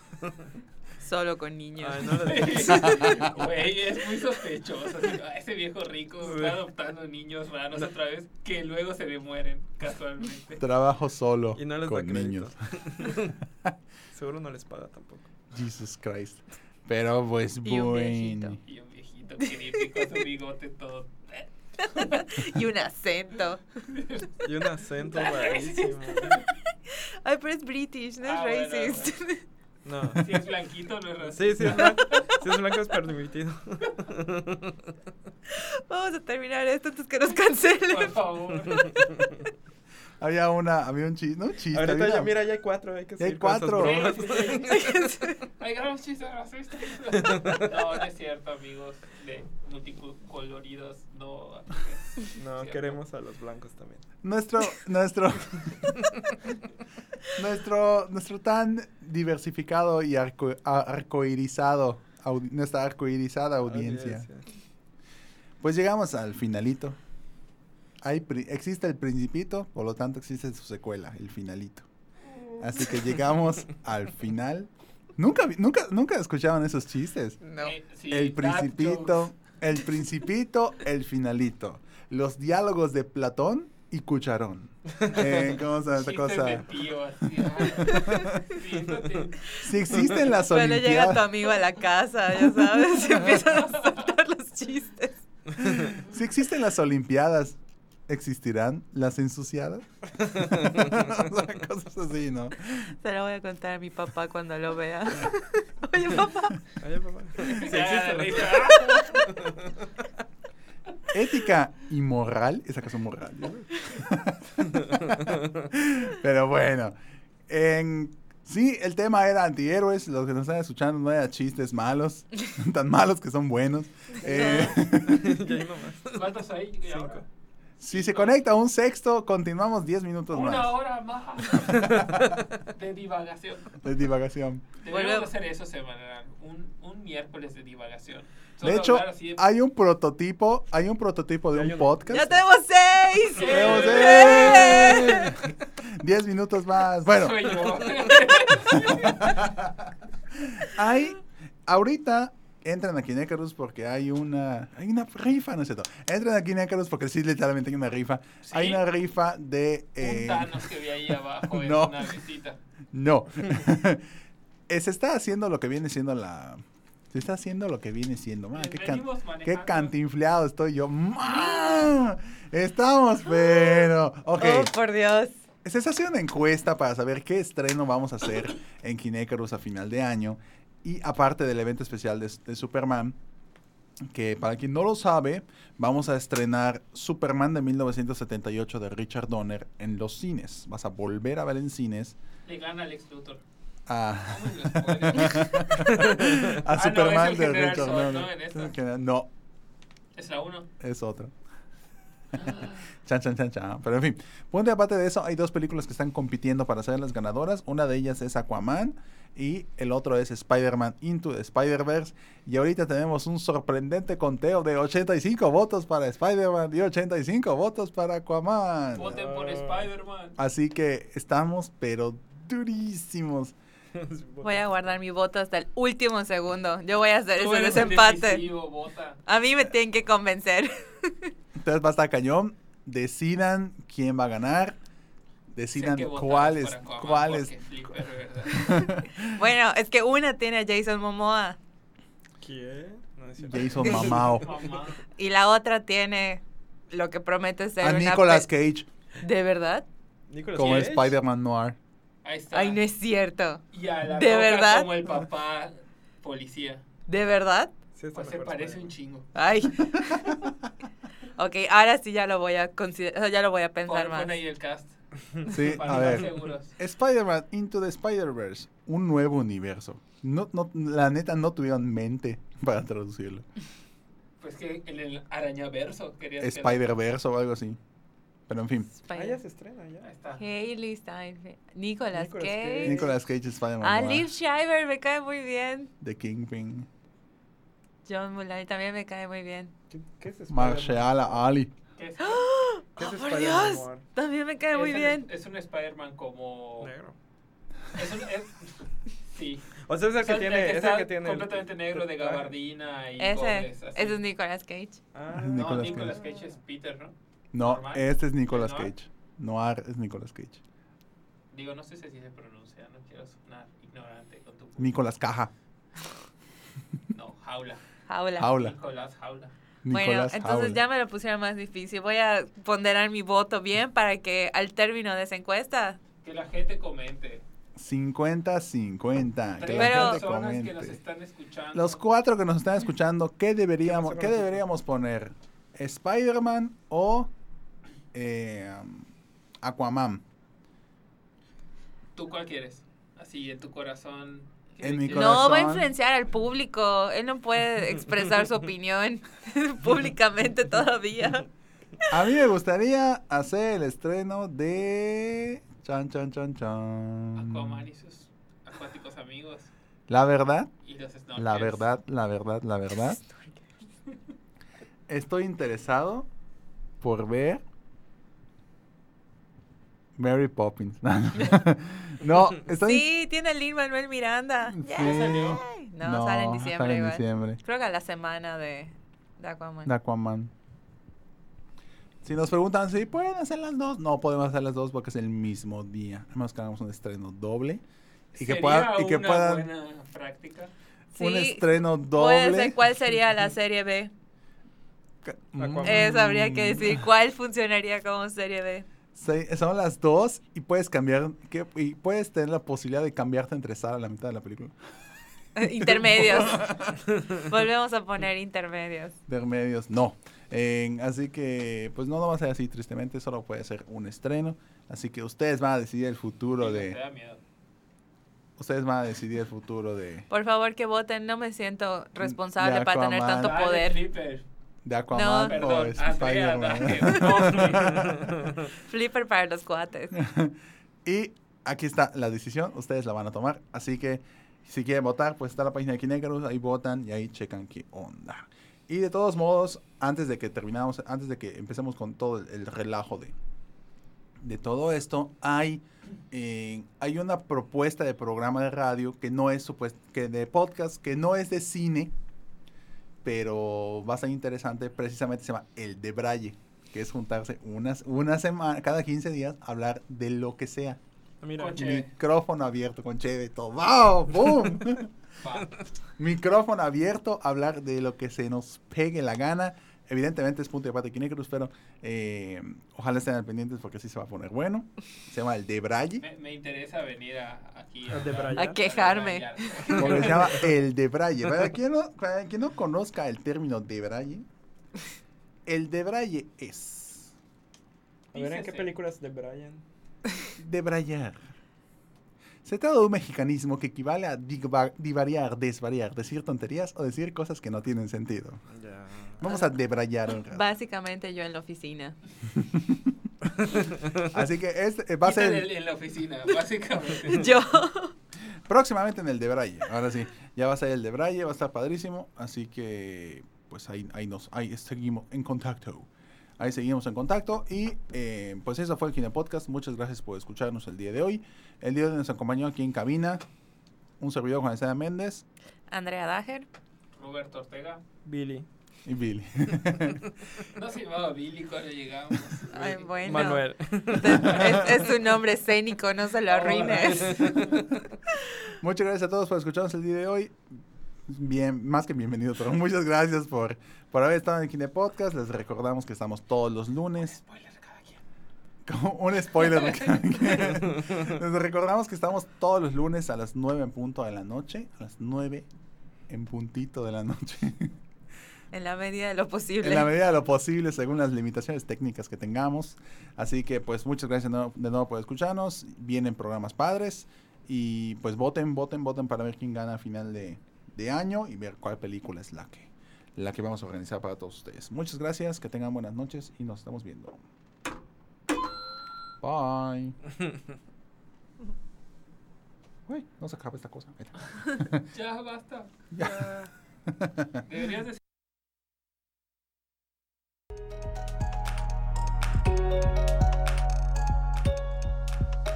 [SPEAKER 3] Solo con niños.
[SPEAKER 5] Ay, Ah, no lo digas.
[SPEAKER 4] Güey, es muy sospechoso. así, "Ah, ese viejo rico
[SPEAKER 5] Sí.
[SPEAKER 4] está adoptando niños raros otra vez que luego se le mueren casualmente.
[SPEAKER 2] Trabajo solo.
[SPEAKER 5] Y no les da
[SPEAKER 2] con
[SPEAKER 5] crédito.
[SPEAKER 2] niños.
[SPEAKER 5] Seguro no les paga tampoco.
[SPEAKER 2] Jesus Christ. Pero pues
[SPEAKER 3] Y un
[SPEAKER 2] bueno.
[SPEAKER 3] viejito.
[SPEAKER 4] Y un viejito que viene con su bigote todo.
[SPEAKER 3] y un acento.
[SPEAKER 5] Y un acento rarísimo.
[SPEAKER 3] Ay, pero es british, no es
[SPEAKER 4] Ah, bueno,
[SPEAKER 3] racist.
[SPEAKER 5] No.
[SPEAKER 4] Si es blanquito, no es racista.
[SPEAKER 5] Sí, sí es blanco. Si es blanco es permitido.
[SPEAKER 3] Vamos a terminar esto antes que nos cancelen.
[SPEAKER 4] Por favor.
[SPEAKER 2] Había una, había un chiste, no chiste.
[SPEAKER 5] Ahorita
[SPEAKER 2] había
[SPEAKER 5] ya,
[SPEAKER 2] una-
[SPEAKER 5] mira, ya hay cuatro. Hay que
[SPEAKER 2] Ya hay
[SPEAKER 5] seguir con esas
[SPEAKER 2] cuatro.
[SPEAKER 5] bromas.
[SPEAKER 4] Sí, sí, sí. Ay, gran chiste racista. No, no es cierto, amigos de multicoloridos. No.
[SPEAKER 5] No,
[SPEAKER 4] Sí,
[SPEAKER 5] queremos a los blancos también.
[SPEAKER 2] Nuestro, nuestro, nuestro, nuestro tan diversificado y arco, a- arcoirizado, audi- nuestra arcoirizada audiencia. Pues llegamos al finalito. Hay, pri- existe el principito, por lo tanto existe su secuela, el finalito. Así que llegamos al final. Nunca, vi- nunca, nunca escuchaban esos chistes.
[SPEAKER 3] No.
[SPEAKER 4] Eh, sí,
[SPEAKER 2] El
[SPEAKER 4] dad
[SPEAKER 2] principito,
[SPEAKER 4] jokes.
[SPEAKER 2] el principito, el finalito. Los diálogos de Platón y Cucharón. Eh, ¿Cómo se llama esta
[SPEAKER 4] Chistes de
[SPEAKER 2] cosa?
[SPEAKER 4] tío, así. ah, siéntate.
[SPEAKER 2] Si existen las
[SPEAKER 3] Cuando llega tu
[SPEAKER 2] olimpiadas,
[SPEAKER 3] amigo a la casa, ya sabes, y empiezan a soltar los chistes.
[SPEAKER 2] si existen las olimpiadas, ¿existirán las ensuciadas? O sea, cosas así, ¿no?
[SPEAKER 3] Se lo voy a contar a mi papá cuando lo vea. Oye, papá.
[SPEAKER 5] Oye, papá. Sí,
[SPEAKER 4] Ya,
[SPEAKER 5] existe
[SPEAKER 4] Ah, risa.
[SPEAKER 2] Ética y moral, es acaso moral. ¿no? Pero bueno, en- sí, el tema era antihéroes, los que nos están escuchando no era chistes malos, tan malos que son buenos. Eh,
[SPEAKER 5] la- Ya hay nomás.
[SPEAKER 4] ¿Cuántos hay? ¿Y ahora?
[SPEAKER 5] Cinco.
[SPEAKER 2] si se conecta un sexto, continuamos 10 minutos
[SPEAKER 4] Una
[SPEAKER 2] más
[SPEAKER 4] hora más de divagación.
[SPEAKER 2] de divagación.
[SPEAKER 4] Deberíamos
[SPEAKER 3] Volvemos.
[SPEAKER 4] hacer eso semanal. Un, un miércoles de divagación. Solo
[SPEAKER 2] De hecho,
[SPEAKER 4] hablar así de-
[SPEAKER 2] hay un prototipo, hay un prototipo de
[SPEAKER 5] Ya hay
[SPEAKER 2] un
[SPEAKER 5] uno.
[SPEAKER 2] podcast.
[SPEAKER 3] ¡Ya tenemos seis!
[SPEAKER 4] Sí.
[SPEAKER 2] Tenemos,
[SPEAKER 3] ¡Eh!
[SPEAKER 2] ¡eh! 10 minutos más. Bueno,
[SPEAKER 4] Soy yo.
[SPEAKER 2] Hay, ahorita entran a Kinecarus porque hay una, hay una rifa, no es cierto. Entran a Kinecarus porque sí, literalmente hay una rifa.
[SPEAKER 4] Sí.
[SPEAKER 2] Hay una rifa de... eh,
[SPEAKER 4] Un Thanos que vi ahí abajo en
[SPEAKER 2] No. Ah,
[SPEAKER 4] una visita.
[SPEAKER 2] no. Eh, se está haciendo lo que viene siendo la... Se está haciendo lo que viene siendo. Ma, qué, can-
[SPEAKER 4] Venimos
[SPEAKER 2] qué
[SPEAKER 4] manejando.
[SPEAKER 2] cantinfleado estoy yo. Ma, estamos, pero... Ok.
[SPEAKER 3] Oh, por Dios.
[SPEAKER 2] Se está haciendo una encuesta para saber qué estreno vamos a hacer en Kinecarus a final de año. Y aparte del evento especial de, de Superman, que para quien no lo sabe, vamos a estrenar Superman de 1978 de Richard Donner en los cines. Vas a volver a ver en cines
[SPEAKER 4] Le gana al Lex Luthor.
[SPEAKER 2] a,
[SPEAKER 4] ¿Cómo lo spoiler?
[SPEAKER 2] a
[SPEAKER 4] Ah, es
[SPEAKER 2] Superman
[SPEAKER 4] el
[SPEAKER 2] de
[SPEAKER 4] General
[SPEAKER 2] Richard
[SPEAKER 4] Zod, ¿no?
[SPEAKER 2] Donner.
[SPEAKER 4] En
[SPEAKER 2] No,
[SPEAKER 4] Es la 1.
[SPEAKER 2] es otro.
[SPEAKER 4] Ah.
[SPEAKER 2] Chan, chan, chan, chan. Pero en fin, punto y aparte de eso, hay dos películas que están compitiendo para ser las ganadoras. Una de ellas es Aquaman y el otro es Spider-Man Into the Spider-Verse. Y ahorita tenemos un sorprendente conteo de 85 votos para Spider-Man y 85 votos para Aquaman.
[SPEAKER 4] Voten por Spider-Man.
[SPEAKER 2] Así que estamos, pero durísimos.
[SPEAKER 3] Voy a guardar mi voto hasta el último segundo. Yo voy a hacer
[SPEAKER 4] Tú
[SPEAKER 3] ese
[SPEAKER 4] eres el
[SPEAKER 3] desempate.
[SPEAKER 4] decisivo, vota.
[SPEAKER 3] A mí me tienen que convencer.
[SPEAKER 2] Entonces va a estar cañón. Decidan quién va a ganar. Decidan
[SPEAKER 4] Sé que votaron
[SPEAKER 2] cuáles,
[SPEAKER 4] por Aquaman
[SPEAKER 2] cuáles.
[SPEAKER 4] porque flipper, ¿verdad?
[SPEAKER 3] Bueno, es que una tiene a Jason Momoa
[SPEAKER 5] ¿Quién? No, es cierto.
[SPEAKER 2] Jason Mamao.
[SPEAKER 4] Mamá.
[SPEAKER 3] y la otra tiene lo que promete ser
[SPEAKER 2] A
[SPEAKER 3] una
[SPEAKER 2] Nicolas
[SPEAKER 3] pe-
[SPEAKER 2] Cage
[SPEAKER 3] ¿De verdad?
[SPEAKER 5] Nicolas
[SPEAKER 2] como
[SPEAKER 5] Cage.
[SPEAKER 2] Spider-Man Noir.
[SPEAKER 4] Ahí está.
[SPEAKER 3] Ay, no es cierto.
[SPEAKER 4] Y a la
[SPEAKER 3] ¿De
[SPEAKER 4] Roca
[SPEAKER 3] verdad?
[SPEAKER 4] como el papá policía.
[SPEAKER 3] ¿De verdad?
[SPEAKER 5] Sí, está
[SPEAKER 4] Pues se
[SPEAKER 5] mejor
[SPEAKER 4] parece un
[SPEAKER 5] Spider-Man.
[SPEAKER 4] chingo.
[SPEAKER 3] Ay. ok, ahora sí ya lo voy a considerar, ya lo voy a
[SPEAKER 4] Pon,
[SPEAKER 3] pensar
[SPEAKER 4] pon
[SPEAKER 3] más.
[SPEAKER 4] ahí el cast.
[SPEAKER 2] Sí,
[SPEAKER 4] para
[SPEAKER 2] a ver.
[SPEAKER 4] estar seguros.
[SPEAKER 2] Spider-Man Into the Spider-Verse, un nuevo universo. No, no, la neta no tuvieron mente para traducirlo.
[SPEAKER 4] Pues que en el arañaverso querías que-
[SPEAKER 2] Spider-Verse o algo así. Pero en fin,
[SPEAKER 5] Ah, ya se estrena,
[SPEAKER 4] Ahí
[SPEAKER 5] ya.
[SPEAKER 4] está.
[SPEAKER 3] Hailey Steinfeld, Nicolas
[SPEAKER 5] Nicolas
[SPEAKER 3] Cage,
[SPEAKER 5] Cage.
[SPEAKER 2] Nicolas Cage Spider-Man
[SPEAKER 3] ah,
[SPEAKER 2] Noir,
[SPEAKER 3] Liv Schreiber me cae muy bien,
[SPEAKER 2] The Kingpin,
[SPEAKER 3] John Mulaney también me cae muy bien,
[SPEAKER 5] ¿Qué, qué es Spider-Man?
[SPEAKER 2] Marshall Ali.
[SPEAKER 4] que es,
[SPEAKER 5] ¿Qué es
[SPEAKER 3] ¡Oh, por
[SPEAKER 5] Spider-Man
[SPEAKER 3] Dios!
[SPEAKER 5] Noir?
[SPEAKER 3] También me cae muy
[SPEAKER 4] es un-
[SPEAKER 3] bien.
[SPEAKER 4] Es un Spider-Man como...
[SPEAKER 5] Negro.
[SPEAKER 4] Es un, es- sí.
[SPEAKER 5] O sea, ¿Eh? es el
[SPEAKER 4] O sea,
[SPEAKER 5] que tiene. Es el
[SPEAKER 4] está
[SPEAKER 5] que tiene. el-
[SPEAKER 4] completamente negro de
[SPEAKER 5] traje.
[SPEAKER 4] gabardina y
[SPEAKER 3] Ese,
[SPEAKER 4] gobles, así.
[SPEAKER 3] ese es Nicolas Cage.
[SPEAKER 5] Ah,
[SPEAKER 2] Es
[SPEAKER 4] No,
[SPEAKER 2] Nicolas
[SPEAKER 4] Nicolas
[SPEAKER 5] Cage.
[SPEAKER 4] Cage es Peter, ¿no?
[SPEAKER 2] No,
[SPEAKER 4] Normal.
[SPEAKER 2] este es Nicolas
[SPEAKER 4] Noir.
[SPEAKER 2] Cage. Noir es Nicolas Cage.
[SPEAKER 4] Digo, no sé si así se pronuncia, no quiero sonar ignorante con tu...
[SPEAKER 2] Nicolas Caja.
[SPEAKER 4] No, Jaula.
[SPEAKER 3] Jaula.
[SPEAKER 2] Jaula.
[SPEAKER 4] Nicolás Jaula.
[SPEAKER 3] Bueno,
[SPEAKER 2] Nicolás
[SPEAKER 3] entonces
[SPEAKER 2] Jaula.
[SPEAKER 3] ya me lo pusieron más difícil. Voy a ponderar mi voto bien para que al término de esa encuesta.
[SPEAKER 4] Que la gente comente.
[SPEAKER 2] 50-50. Que
[SPEAKER 4] Tres
[SPEAKER 2] la
[SPEAKER 3] Pero-
[SPEAKER 2] gente
[SPEAKER 4] personas que nos
[SPEAKER 2] comente.
[SPEAKER 4] están escuchando.
[SPEAKER 2] Los cuatro que nos están escuchando, ¿qué deberíamos,
[SPEAKER 5] ¿Qué pasó
[SPEAKER 2] ¿qué
[SPEAKER 5] con los
[SPEAKER 2] deberíamos poner? ¿Spider-Man o eh, Aquaman?
[SPEAKER 4] ¿Tú cuál quieres? Así, en tu corazón. ¿qué
[SPEAKER 2] En mi
[SPEAKER 4] quieres?
[SPEAKER 3] No va a
[SPEAKER 2] Corazón.
[SPEAKER 3] influenciar al público. Él no puede expresar su opinión públicamente todavía.
[SPEAKER 2] A mí me gustaría hacer el estreno de... Chan, chan, chan, chan.
[SPEAKER 4] Aquaman y sus acuáticos amigos.
[SPEAKER 2] La verdad,
[SPEAKER 4] Y los snorkels.
[SPEAKER 2] la verdad, la verdad, la verdad. Estoy interesado por ver Mary Poppins. no, estoy...
[SPEAKER 3] Sí, tiene el Lin Manuel Miranda.
[SPEAKER 2] Sí.
[SPEAKER 3] Yay. No, sale en diciembre
[SPEAKER 2] sale en
[SPEAKER 3] igual.
[SPEAKER 2] diciembre.
[SPEAKER 3] Creo que a la semana de, de Aquaman.
[SPEAKER 2] de Aquaman. Si nos preguntan si pueden hacer las dos, no podemos hacer las dos porque es el mismo día. Además que hagamos un estreno doble. Y que,
[SPEAKER 4] Sería
[SPEAKER 2] pueda- y que
[SPEAKER 4] una
[SPEAKER 2] puedan
[SPEAKER 4] buena práctica.
[SPEAKER 2] un
[SPEAKER 3] Sí,
[SPEAKER 2] estreno
[SPEAKER 3] Puede
[SPEAKER 2] doble.
[SPEAKER 3] ser cuál sería la serie B.
[SPEAKER 2] Ca-
[SPEAKER 5] Aquaman.
[SPEAKER 3] Eso habría Eh, que
[SPEAKER 2] Mm.
[SPEAKER 3] decir cuál funcionaría como serie B.
[SPEAKER 2] Sí, son las dos y puedes cambiar. que- y puedes tener la posibilidad de cambiarte entre Sara a la mitad de la película.
[SPEAKER 3] Intermedios. Volvemos a poner intermedios.
[SPEAKER 2] De remedios, no. En- así que, pues no, no va a ser así, tristemente. Solo puede ser un estreno. Así que ustedes van a decidir el futuro
[SPEAKER 4] Sí,
[SPEAKER 2] de.
[SPEAKER 4] Te da miedo.
[SPEAKER 2] Ustedes van a decidir el futuro de,
[SPEAKER 3] Por favor, que voten. No me siento responsable
[SPEAKER 2] De
[SPEAKER 3] para tener
[SPEAKER 2] Aquaman.
[SPEAKER 3] tanto
[SPEAKER 4] Dale,
[SPEAKER 3] poder.
[SPEAKER 4] Flipper. Ah,
[SPEAKER 2] de Aquaman
[SPEAKER 3] No.
[SPEAKER 2] o
[SPEAKER 4] Perdón, Andrea,
[SPEAKER 2] oh, Spider-Man.
[SPEAKER 4] dale.
[SPEAKER 3] Flipper para los cuates.
[SPEAKER 2] y aquí está la decisión, ustedes la van a tomar. Así que si quieren votar, pues está la página de Kinecarus, ahí votan y ahí checan qué onda. Y de todos modos, antes de que terminamos, antes de que empecemos con todo el, el relajo de, de todo esto, hay, eh, hay una propuesta de programa de radio que no es supues- que de podcast, que no es de cine, pero bastante interesante, precisamente se llama El de Braille, que es juntarse unas, una semana, cada 15 días, a hablar de lo que sea.
[SPEAKER 5] Ah, Mira,
[SPEAKER 4] Coche. Chévere.
[SPEAKER 2] Micrófono abierto con Cheve y todo. ¡Wow! ¡Boom!
[SPEAKER 4] Va.
[SPEAKER 2] Micrófono abierto, hablar de lo que se nos pegue la gana. Evidentemente es punto de parte Kinecruz, pero eh, ojalá estén al pendientes porque sí se va a poner bueno. Se llama el de Braille.
[SPEAKER 4] Me, me interesa venir a, aquí
[SPEAKER 5] A debrayar.
[SPEAKER 4] hablar,
[SPEAKER 5] A
[SPEAKER 3] quejarme.
[SPEAKER 4] debrayar.
[SPEAKER 2] Porque se llama el de Braille. Para quien no, para quien no conozca el término de Braille, el de Braille es
[SPEAKER 5] a ver en qué
[SPEAKER 4] Dícese.
[SPEAKER 5] películas de Brian.
[SPEAKER 2] debrayar. Se trata de un mexicanismo que equivale a digva- divariar, desvariar, decir tonterías o decir cosas que no tienen sentido.
[SPEAKER 5] Ya.
[SPEAKER 2] Vamos a debrayar un rato.
[SPEAKER 3] Básicamente yo en la oficina.
[SPEAKER 2] Así que este, eh, va a
[SPEAKER 4] Quita
[SPEAKER 2] ser
[SPEAKER 4] en el- en la oficina, básicamente.
[SPEAKER 3] Yo.
[SPEAKER 2] próximamente en el de Braille. Ahora sí, ya va a ser el de Braille, va a estar padrísimo. Así que, pues ahí, ahí nos, ahí seguimos en contacto. Ahí seguimos en contacto. Y eh, pues eso fue el Kine Podcast. Muchas gracias por escucharnos el día de hoy. El día de hoy nos acompañó aquí en cabina un servidor Juan Esteban Méndez
[SPEAKER 3] Andrea Dager.
[SPEAKER 4] Roberto Ortega.
[SPEAKER 5] Billy.
[SPEAKER 2] y Billy.
[SPEAKER 4] No se llamaba Billy cuando llegamos.
[SPEAKER 3] Ay, bueno.
[SPEAKER 5] Manuel.
[SPEAKER 3] Es, es un nombre escénico, no se lo arruines.
[SPEAKER 2] Muchas gracias a todos por escucharnos el día de hoy. Bien, más que bienvenido, pero muchas gracias por, por haber estado en el Kine Podcast. Les recordamos que estamos todos los lunes.
[SPEAKER 4] Spoiler cada quien.
[SPEAKER 2] Como un spoiler. de cada quien. Les recordamos que estamos todos los lunes a las 9 en punto de la noche. A las 9 en puntito de la noche.
[SPEAKER 3] En la medida de lo posible.
[SPEAKER 2] en la medida de lo posible, según las limitaciones técnicas que tengamos. Así que, pues, muchas gracias de nuevo, de nuevo por escucharnos. Vienen programas padres. Y pues, voten, voten, voten para ver quién gana a final de, de año y ver cuál película es la que, la que vamos a organizar para todos ustedes. Muchas gracias, que tengan buenas noches y nos estamos viendo. Bye. Uy, no se acaba esta cosa. Mira.
[SPEAKER 4] Ya basta.
[SPEAKER 2] Ya.
[SPEAKER 4] Deberías de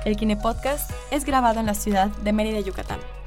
[SPEAKER 1] El Kine Podcast es grabado en la ciudad de Mérida, Yucatán,